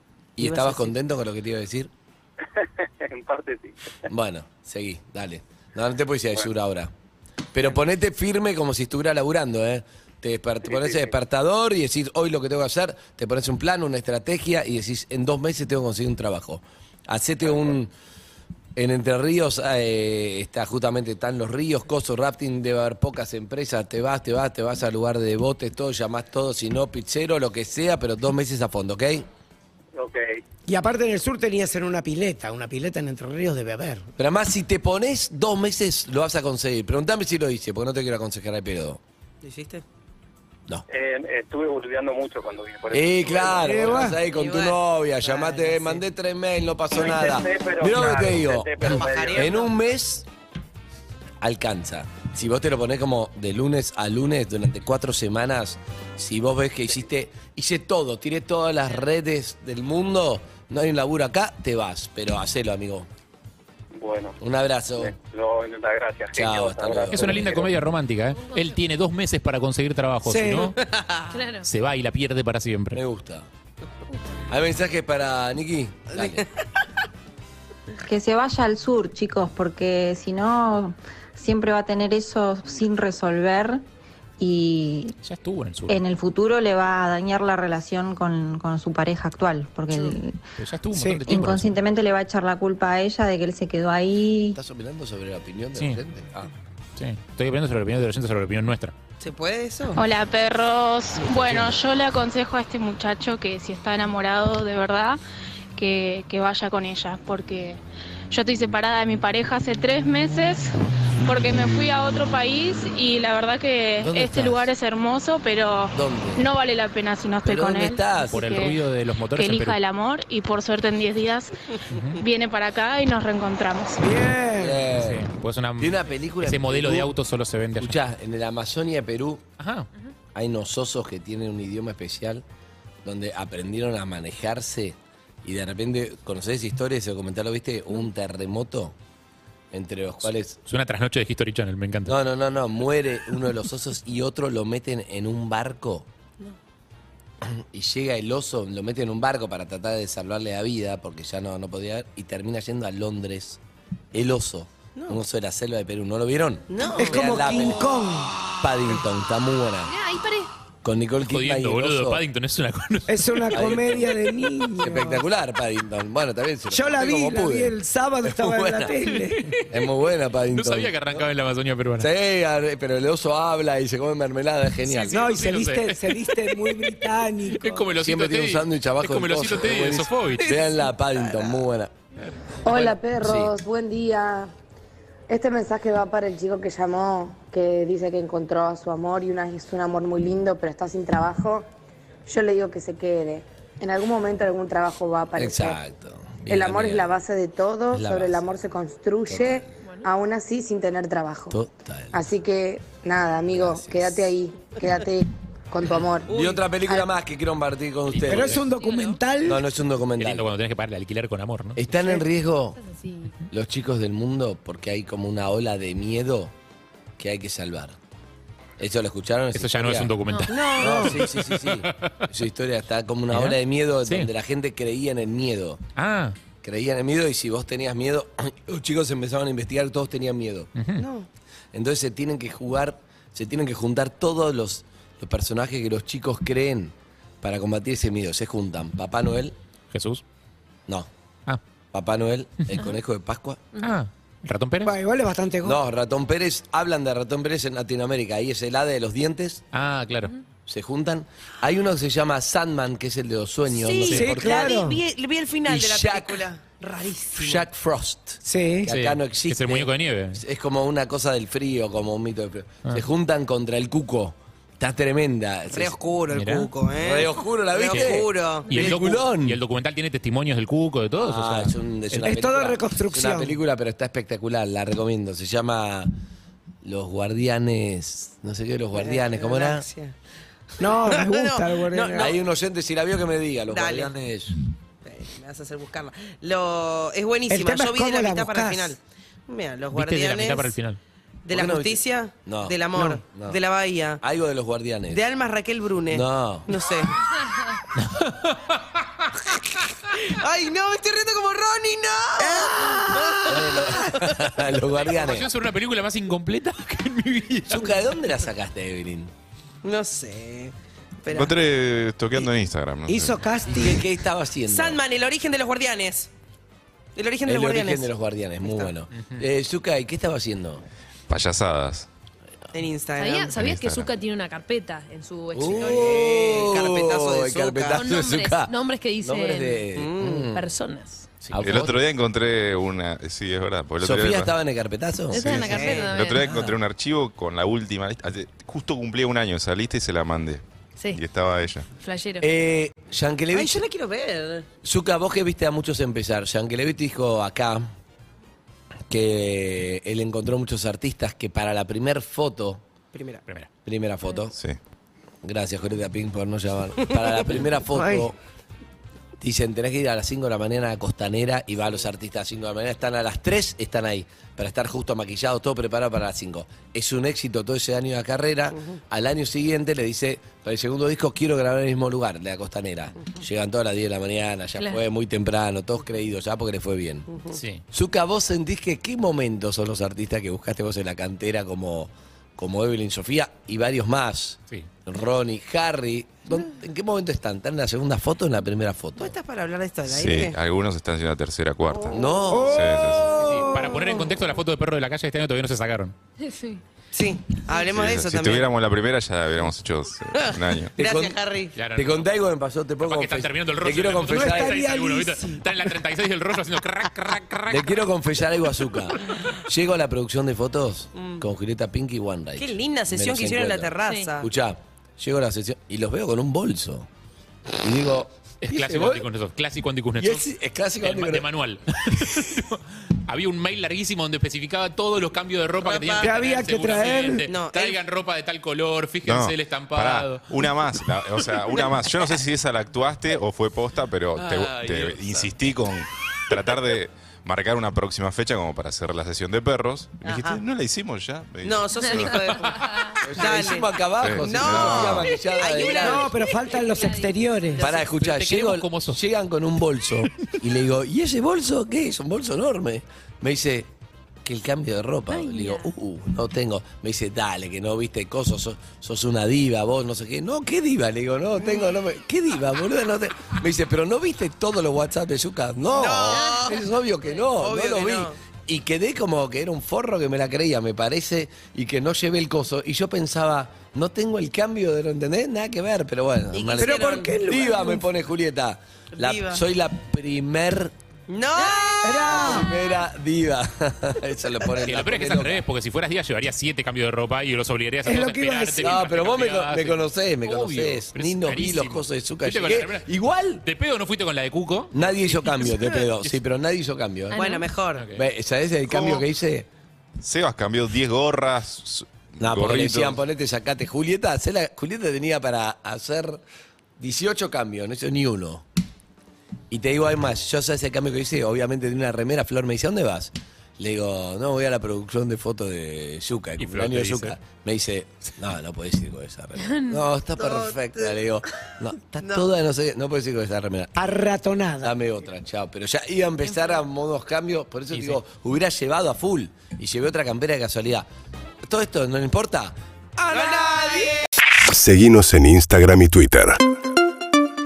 Speaker 3: ibas a
Speaker 2: estabas
Speaker 3: decir-
Speaker 2: contento con lo que te iba a decir?
Speaker 7: eso. en parte sí.
Speaker 2: Bueno, seguí, dale. No, no te puedes ir al sur ahora. Pero ponete firme como si estuviera laburando, ¿eh? Te despert- pones el despertador y decís, hoy lo que tengo que hacer, te pones un plan, una estrategia y decís, en dos meses tengo que conseguir un trabajo. Hacete un, En Entre Ríos eh, está justamente están los ríos, Coso Rafting, debe haber pocas empresas, te vas, te vas, te vas al lugar de botes, todo, llamás todo, si no, pizzero, lo que sea, pero dos meses a fondo, ¿ok?
Speaker 7: Ok.
Speaker 6: Y aparte en el sur tenías en una pileta, una pileta en Entre Ríos debe haber.
Speaker 2: Pero además, si te pones dos meses, lo vas a conseguir. Preguntame si lo hice, porque no te quiero aconsejar al pedo.
Speaker 3: ¿Lo hiciste?
Speaker 2: No.
Speaker 7: Eh, estuve boludeando mucho cuando vine por eso.
Speaker 2: Eh, claro,
Speaker 6: Y
Speaker 2: estás
Speaker 6: bueno.
Speaker 2: ahí con
Speaker 3: Y
Speaker 2: tu
Speaker 3: bueno.
Speaker 2: novia,
Speaker 3: Claro,
Speaker 2: llamate,
Speaker 3: sí.
Speaker 2: mandé tres mails, no pasó
Speaker 7: Lo
Speaker 2: nada.
Speaker 7: intenté, pero
Speaker 2: Mirá lo que
Speaker 7: claro,
Speaker 2: te digo.
Speaker 7: intenté, pero medio-
Speaker 2: En un mes alcanza. Si vos te lo ponés como de lunes a lunes durante cuatro semanas, si vos ves que hiciste, hice todo, tiré todas las redes del mundo, no hay un laburo acá, te vas. Pero hacelo, amigo.
Speaker 7: Bueno.
Speaker 2: Un abrazo.
Speaker 7: eh, Lo, la gracias.
Speaker 2: Chao,
Speaker 7: genio,
Speaker 2: hasta
Speaker 7: abrazo.
Speaker 2: luego.
Speaker 5: Es una linda comedia romántica, ¿eh? Él tiene dos meses para conseguir trabajo,
Speaker 6: Sí.
Speaker 5: si no,
Speaker 4: Claro.
Speaker 5: se va y la pierde para siempre.
Speaker 2: Me gusta. ¿Hay mensajes para Nicky? Dale.
Speaker 10: Que se vaya al sur, chicos, porque si no, siempre va a tener eso sin resolver y
Speaker 5: Ya estuvo en el
Speaker 1: Eh,
Speaker 5: sur.
Speaker 10: en el futuro le va a dañar la relación con, con su pareja actual, porque él
Speaker 5: Pero ya estuvo un
Speaker 6: Sí.
Speaker 5: montón de tiempo. en el sur.
Speaker 10: inconscientemente le va a echar la culpa a ella de que él se quedó ahí.
Speaker 2: ¿Estás opinando sobre la opinión de
Speaker 5: Sí.
Speaker 2: la gente? Ah.
Speaker 5: Sí. Estoy opinando sobre la opinión de la gente, sobre la opinión nuestra.
Speaker 3: ¿Se puede eso?
Speaker 11: Hola perros. Bueno, yo le aconsejo a este muchacho que si está enamorado de verdad, que, que vaya con ella, porque yo estoy separada de mi pareja hace tres meses porque me fui a otro país y la verdad que
Speaker 2: ¿Dónde
Speaker 11: este
Speaker 2: estás?
Speaker 11: lugar es hermoso, pero
Speaker 2: ¿Dónde?
Speaker 11: no vale la pena si no estoy
Speaker 2: ¿Pero
Speaker 11: con
Speaker 2: dónde
Speaker 11: él.
Speaker 2: estás?
Speaker 5: Por el
Speaker 11: que-
Speaker 5: ruido de los
Speaker 11: Que
Speaker 5: motores en
Speaker 11: elija
Speaker 5: Perú.
Speaker 11: el amor y por suerte en 10 días viene para acá y nos reencontramos.
Speaker 6: Bien.
Speaker 5: Sí,
Speaker 2: Bien.
Speaker 5: pues una,
Speaker 2: Tiene Eh, una película.
Speaker 5: ese
Speaker 2: en
Speaker 5: modelo
Speaker 2: Perú.
Speaker 5: de auto solo se vende allá.
Speaker 2: Escuchá, en la Amazonia de Perú
Speaker 5: Ajá.
Speaker 2: hay unos osos que tienen un idioma especial donde aprendieron a manejarse y de repente, ¿conocés esa historia? Se documental, ¿lo viste? Hubo Un terremoto entre los cuales...
Speaker 5: Es una trasnoche de History Channel, me encanta.
Speaker 2: No, no, no, no, muere uno de los osos y otro lo meten en un barco. Y llega el oso, lo mete en un barco para tratar de salvarle la vida porque ya no, no podía y termina yendo a Londres. El oso. Un oso de la selva de Perú. ¿No lo vieron?
Speaker 3: No.
Speaker 6: Es como
Speaker 2: Vean la
Speaker 6: King
Speaker 2: peli-
Speaker 6: Kong.
Speaker 2: Paddington, está muy buena.
Speaker 4: Mirá, ahí paré.
Speaker 2: Con Nicole Kidman y
Speaker 5: Jodiendo,
Speaker 2: el
Speaker 5: boludo.
Speaker 2: oso.
Speaker 5: Paddington es una cosa.
Speaker 6: Es una comedia de niños.
Speaker 2: Espectacular, Paddington. Bueno, también se lo
Speaker 6: Yo la
Speaker 2: conté
Speaker 6: vi,
Speaker 2: como
Speaker 6: la vi
Speaker 2: pude.
Speaker 6: el sábado,
Speaker 2: Es
Speaker 6: estaba
Speaker 2: muy
Speaker 6: en la
Speaker 2: buena.
Speaker 6: tele.
Speaker 2: Es muy buena, Paddington.
Speaker 5: No sabía que arrancaba en la Amazonia peruana.
Speaker 2: Sí, ar- pero el oso habla y se come mermelada, es genial.
Speaker 5: Sí,
Speaker 6: No, y
Speaker 5: sí,
Speaker 6: se
Speaker 5: lo sé.
Speaker 6: viste, se viste muy británico.
Speaker 5: Es como el osito
Speaker 2: Siempre tiene un
Speaker 5: Teddy.
Speaker 2: sándwich abajo
Speaker 5: Es como el
Speaker 2: del
Speaker 5: osito
Speaker 2: coso,
Speaker 5: Teddy
Speaker 2: es
Speaker 5: de
Speaker 2: buenísimo.
Speaker 5: Sofovich.
Speaker 2: Veanla, Paddington, muy buena.
Speaker 10: Hola
Speaker 2: Bueno,
Speaker 10: perros,
Speaker 2: sí.
Speaker 10: buen día. Este mensaje va para el chico que llamó, que dice que encontró a su amor y una, es un amor muy lindo, pero está sin trabajo. Yo le digo que se quede. En algún momento algún trabajo va a aparecer.
Speaker 2: Exacto. Bien,
Speaker 10: El amor es la
Speaker 2: amiga.
Speaker 10: base de todo,
Speaker 2: Es la
Speaker 10: sobre el
Speaker 2: base.
Speaker 10: amor se construye, aún así sin tener trabajo.
Speaker 2: Total.
Speaker 10: Así que nada, amigo, quédate ahí, quédate con tu amor.
Speaker 2: Y otra película más que quiero compartir con ustedes.
Speaker 6: Pero es un documental.
Speaker 2: No, no es un
Speaker 5: Qué lindo
Speaker 2: documental.
Speaker 5: cuando tenés que pagarle alquiler con amor, ¿no?
Speaker 2: Están en riesgo
Speaker 4: Así.
Speaker 2: los chicos del mundo porque hay como una ola de miedo que hay que salvar. ¿Eso lo escucharon? esa
Speaker 5: Eso ya no
Speaker 2: historia?
Speaker 5: es un documental.
Speaker 2: No, sí, sí, sí, sí. Su historia está como una
Speaker 5: Mirá.
Speaker 2: ola de miedo
Speaker 5: Sí.
Speaker 2: donde la gente creía en el miedo.
Speaker 5: Ah,
Speaker 2: Creía en el miedo y si vos tenías miedo, los chicos empezaban a investigar, todos tenían miedo. Entonces se tienen que jugar, se tienen que juntar todos los, los personajes que los chicos creen para combatir ese miedo. Se juntan Papá Noel,
Speaker 5: Jesús.
Speaker 2: no,
Speaker 5: Ah,
Speaker 2: Papá Noel, el conejo de Pascua.
Speaker 5: ah. ¿Ratón Pérez?
Speaker 6: Va, igual es bastante go-
Speaker 2: No, Ratón Pérez, hablan de Ratón Pérez en Latinoamérica, ahí es el hada de los dientes.
Speaker 5: Ah, claro.
Speaker 2: se juntan. Hay uno que se llama Sandman, que es el de los sueños. no sé
Speaker 6: sí,
Speaker 2: por qué.
Speaker 6: claro.
Speaker 3: Vi, vi- vi el final
Speaker 2: Y
Speaker 3: de la
Speaker 2: Jack-
Speaker 3: película. Rarísimo.
Speaker 2: Jack Frost.
Speaker 6: Sí.
Speaker 2: Que acá no existe.
Speaker 5: Es el muñeco de nieve.
Speaker 2: Es como una cosa del frío, como un mito del frío.
Speaker 6: Ah.
Speaker 2: Se juntan contra el cuco. Está tremenda.
Speaker 3: Re
Speaker 2: Se-
Speaker 3: oscuro el
Speaker 5: Mirá.
Speaker 3: cuco, ¿eh?
Speaker 2: Re oscuro, ¿la
Speaker 3: Re
Speaker 2: viste?
Speaker 3: oscuro.
Speaker 5: Y el, docu-
Speaker 2: Peliculón.
Speaker 5: y el documental tiene testimonios del cuco, de todos.
Speaker 2: Ah,
Speaker 5: o
Speaker 2: es,
Speaker 5: sea,
Speaker 2: un- es
Speaker 5: el-
Speaker 2: una
Speaker 6: Es
Speaker 2: película,
Speaker 6: toda reconstrucción.
Speaker 2: Es una película, pero está espectacular. La recomiendo. Se llama Los Guardianes. No sé qué, Los Guardianes. ¿Cómo era?
Speaker 3: Galaxia.
Speaker 6: No, me gusta
Speaker 3: No,
Speaker 6: el guardián.
Speaker 3: no, no.
Speaker 2: Hay un oyente, si la vio, que me diga. Los
Speaker 3: Dale.
Speaker 2: Guardianes.
Speaker 3: Eh, Me vas a hacer buscarla. Lo, es buenísima.
Speaker 6: El
Speaker 3: Yo
Speaker 6: tema es
Speaker 3: vi de
Speaker 6: cómo
Speaker 3: la
Speaker 6: la
Speaker 3: mitad para el
Speaker 6: buscás.
Speaker 3: final. Mira, los
Speaker 5: Viste de la
Speaker 3: guardianes.
Speaker 5: mitad para el final.
Speaker 3: de
Speaker 2: ¿Por
Speaker 3: la
Speaker 2: qué no viste?
Speaker 3: justicia,
Speaker 2: No.
Speaker 3: del amor,
Speaker 2: No, no.
Speaker 3: de la bahía,
Speaker 2: Algo de los Guardianes.
Speaker 3: de Alma Raquel Brune.
Speaker 2: No.
Speaker 3: No sé. Ay, no, me estoy riendo como Ronnie, no.
Speaker 2: los
Speaker 5: Yo
Speaker 2: Guardianes.
Speaker 5: sobre una película más incompleta que en mi vida.
Speaker 2: Zucca, ¿de dónde la sacaste, Evelyn?
Speaker 3: No sé. Espera.
Speaker 12: Encontré toqueando en Instagram. no sé.
Speaker 6: Hizo casting.
Speaker 2: ¿Qué, qué estaba haciendo?
Speaker 3: Sandman, el origen de los guardianes. El origen de
Speaker 2: El
Speaker 3: los
Speaker 2: origen
Speaker 3: guardianes.
Speaker 2: de los guardianes, muy bueno. Eh, Sukai, ¿qué estaba haciendo?
Speaker 12: Payasadas.
Speaker 3: En Instagram.
Speaker 4: ¿Sabía- ¿Sabías que
Speaker 12: Instagram.
Speaker 4: Zuka tiene una carpeta en
Speaker 2: Uh,
Speaker 4: su
Speaker 2: Oh,
Speaker 4: escritorio?
Speaker 3: carpetazo de
Speaker 2: el
Speaker 3: Zuka.
Speaker 2: carpetazo
Speaker 4: Con
Speaker 2: de
Speaker 4: nombres,
Speaker 2: Zuka.
Speaker 4: nombres que dicen
Speaker 2: Nombres de- Mm.
Speaker 4: personas.
Speaker 2: ¿A
Speaker 12: El
Speaker 2: vos?
Speaker 12: otro día encontré una. Sí, es verdad. porque el otro día-
Speaker 2: ¿Sofía estaba en el carpetazo?
Speaker 4: Está en la carpeta
Speaker 12: El otro día
Speaker 4: también.
Speaker 12: encontré un archivo con la última lista. Hace- Justo cumplía un año esa lista y se la mandé.
Speaker 4: Sí,
Speaker 12: Y estaba ella.
Speaker 4: flashero.
Speaker 2: Eh,
Speaker 3: Ay,
Speaker 2: Yankelevich,
Speaker 3: yo la quiero ver.
Speaker 2: Zuka, vos que viste a muchos empezar, Yankelevich dijo acá que él encontró muchos artistas que para la primer foto,
Speaker 3: Primera.
Speaker 5: Primera.
Speaker 2: primera foto,
Speaker 12: Sí.
Speaker 2: gracias Jorita Pink por no llamar, para la primera
Speaker 6: Ay.
Speaker 2: foto dicen tenés que ir a las 5 de la mañana a Costanera y va a los artistas a las 5 de la mañana, están a las 3, están ahí, para estar justo maquillados, todo preparado para las 5. Es un éxito todo ese año de carrera, al año siguiente le dice, para el segundo disco quiero grabar en el mismo lugar, de la Costanera. Llegan todas las 10 de la mañana, ya
Speaker 4: Claro.
Speaker 2: fue muy temprano, todos creídos ya porque le fue bien.
Speaker 5: Sí.
Speaker 2: Zuka, vos sentís que qué momentos son los artistas que buscaste vos en la cantera como, como Evelyn Sofía y varios más.
Speaker 5: Sí.
Speaker 2: Ronnie, Harry, ¿dó- ¿en qué momento están? ¿Están en la segunda foto o en la primera foto?
Speaker 3: ¿Vos estás para hablar de esto al
Speaker 12: Sí,
Speaker 3: aire?
Speaker 12: algunos están haciendo tercera, cuarta.
Speaker 2: No.
Speaker 12: Sí, sí,
Speaker 5: Sí, Para poner en contexto la foto de perro de la calle este año todavía no se sacaron.
Speaker 4: Sí.
Speaker 3: Sí, hablemos
Speaker 12: sí.
Speaker 3: de
Speaker 12: Sí,
Speaker 3: eso
Speaker 12: si
Speaker 3: también.
Speaker 12: tuviéramos la primera ya hubiéramos hecho eh, un año.
Speaker 3: Gracias,
Speaker 2: Te con-
Speaker 3: Harry.
Speaker 5: Claro,
Speaker 2: Te
Speaker 5: no.
Speaker 2: conté algo que me pasó, te puedo
Speaker 5: Capaz que
Speaker 2: confes-
Speaker 5: están terminando el rollo.
Speaker 2: Te quiero
Speaker 5: en la foto de
Speaker 2: confesar.
Speaker 5: la
Speaker 6: No
Speaker 5: 36 alguno, ¿viste?
Speaker 6: Lizzy.
Speaker 5: Está en la 36 del rollo haciendo crack, crack, crack.
Speaker 2: Le quiero confesar algo a Zuka. Llego a la producción de fotos con Julieta Pink y One Right.
Speaker 3: Mm. Qué linda sesión que hicieron en la terraza.
Speaker 2: Escuchá, llego a la sesión y los veo con un bolso. Y digo.
Speaker 5: Es
Speaker 2: ¿viste
Speaker 5: clásico
Speaker 2: vos?
Speaker 5: anticuznetsov. Clásico
Speaker 2: Y
Speaker 5: anticuznetsov.
Speaker 2: es, es clásico.
Speaker 5: de, ma- de
Speaker 2: anticuznetsov.
Speaker 5: manual. había un mail larguísimo donde especificaba todos los cambios de ropa, que tenían
Speaker 6: Que había
Speaker 5: tener,
Speaker 6: que
Speaker 5: seguro
Speaker 6: traer.
Speaker 5: cliente.
Speaker 3: No,
Speaker 5: Traigan ropa de tal color, fíjense
Speaker 12: No,
Speaker 5: el estampado.
Speaker 12: pará, una más, la- o sea, una más. Yo no sé si esa la actuaste o fue posta, pero te,
Speaker 5: Ay,
Speaker 12: te
Speaker 5: Dios.
Speaker 12: insistí con tratar de marcar una próxima fecha como para hacer la sesión de perros. Me dijiste,
Speaker 3: Ajá.
Speaker 12: no la hicimos ya. Me
Speaker 3: No,
Speaker 12: dijiste,
Speaker 3: sos un hijo de. Dale.
Speaker 2: Encima acá abajo.
Speaker 12: Sí.
Speaker 2: se
Speaker 12: No.
Speaker 2: me hacía maquillada
Speaker 3: Hay
Speaker 2: de
Speaker 3: una-
Speaker 2: lado.
Speaker 6: No, pero faltan los exteriores.
Speaker 2: Pará, escuchá,
Speaker 5: Te queremos
Speaker 2: llego-
Speaker 5: como sos.
Speaker 2: llegan con un bolso y le digo, ¿y ese bolso qué es? Un bolso enorme. Me dice, que el cambio de ropa. le digo, uh, no tengo. Me dice, dale, que no viste cosas, sos, sos una diva, vos, no sé qué. No, ¿qué diva? Le digo, no, tengo, no me- ¿Qué diva, boludo? No te-". Me dice, pero ¿no viste todos los WhatsApp de Yuka? No, es obvio que no,
Speaker 3: Obvio
Speaker 2: no lo
Speaker 3: que
Speaker 2: vi.
Speaker 3: no.
Speaker 2: Y quedé como que era un forro que me la creía, me parece, y que no llevé el coso. Y yo pensaba, no tengo el cambio de, ¿lo entendés? Nada que ver, pero bueno.
Speaker 3: ¿Y qué
Speaker 2: mal-
Speaker 3: hicieron? ¿Pero por qué en lugar
Speaker 2: Diva
Speaker 3: de un
Speaker 2: me pone Julieta. La-
Speaker 3: Diva.
Speaker 2: soy la primer,
Speaker 3: ¡No!
Speaker 2: primera diva. Eso le pone
Speaker 5: Y
Speaker 2: la
Speaker 5: lo peor es que es
Speaker 2: pone
Speaker 5: al revés, porque si fueras día llevaría siete cambios de ropa y los obligarías a
Speaker 6: Es
Speaker 5: todos
Speaker 6: lo que iba a
Speaker 5: esperarte
Speaker 6: decir.
Speaker 5: mientras
Speaker 2: loca. No, pero
Speaker 5: te
Speaker 2: vos me,
Speaker 5: cambiabas.
Speaker 2: con- me conocés, me
Speaker 5: Obvio,
Speaker 2: conocés.
Speaker 5: pero es
Speaker 2: Ni no vi
Speaker 5: carísimo.
Speaker 2: los cosas de Zucca.
Speaker 5: Fuiste con la
Speaker 2: Llegué-
Speaker 5: remera.
Speaker 2: Igual,
Speaker 5: ¿De pedo no fuiste con la de Cuco?
Speaker 2: nadie hizo cambio, te pedo. Sí, pero nadie hizo cambio. ¿eh?
Speaker 3: Bueno, mejor.
Speaker 2: Ve, ¿Sabés el cambio que hice?
Speaker 12: Sebas cambió 10 gorras. su-
Speaker 2: No, porque le
Speaker 12: gorritos.
Speaker 2: decían, ponete, sacate. Julieta, hacé la- Julieta tenía para hacer 18 cambios, no hizo ni uno. Y te digo, además, yo sé ese cambio que hice, obviamente tenía una remera, Flor me dice, ¿a dónde vas? Le digo, no, voy a la producción de fotos de Yuka, el
Speaker 5: Y Flor
Speaker 2: cumpleaños de
Speaker 5: te dice.
Speaker 2: Yuka. Me dice, no, no podés ir con esa remera. No, está perfecta. Le digo, no, está toda, no sé, no podés ir con esa remera.
Speaker 6: Arratonada.
Speaker 2: Dame otra, chao. Pero ya iba a empezar a modos cambios, por eso te digo, hubiera llevado a full y llevé otra campera de casualidad. ¿Todo esto no le importa? ¡A nadie!
Speaker 13: Seguinos en Instagram y Twitter.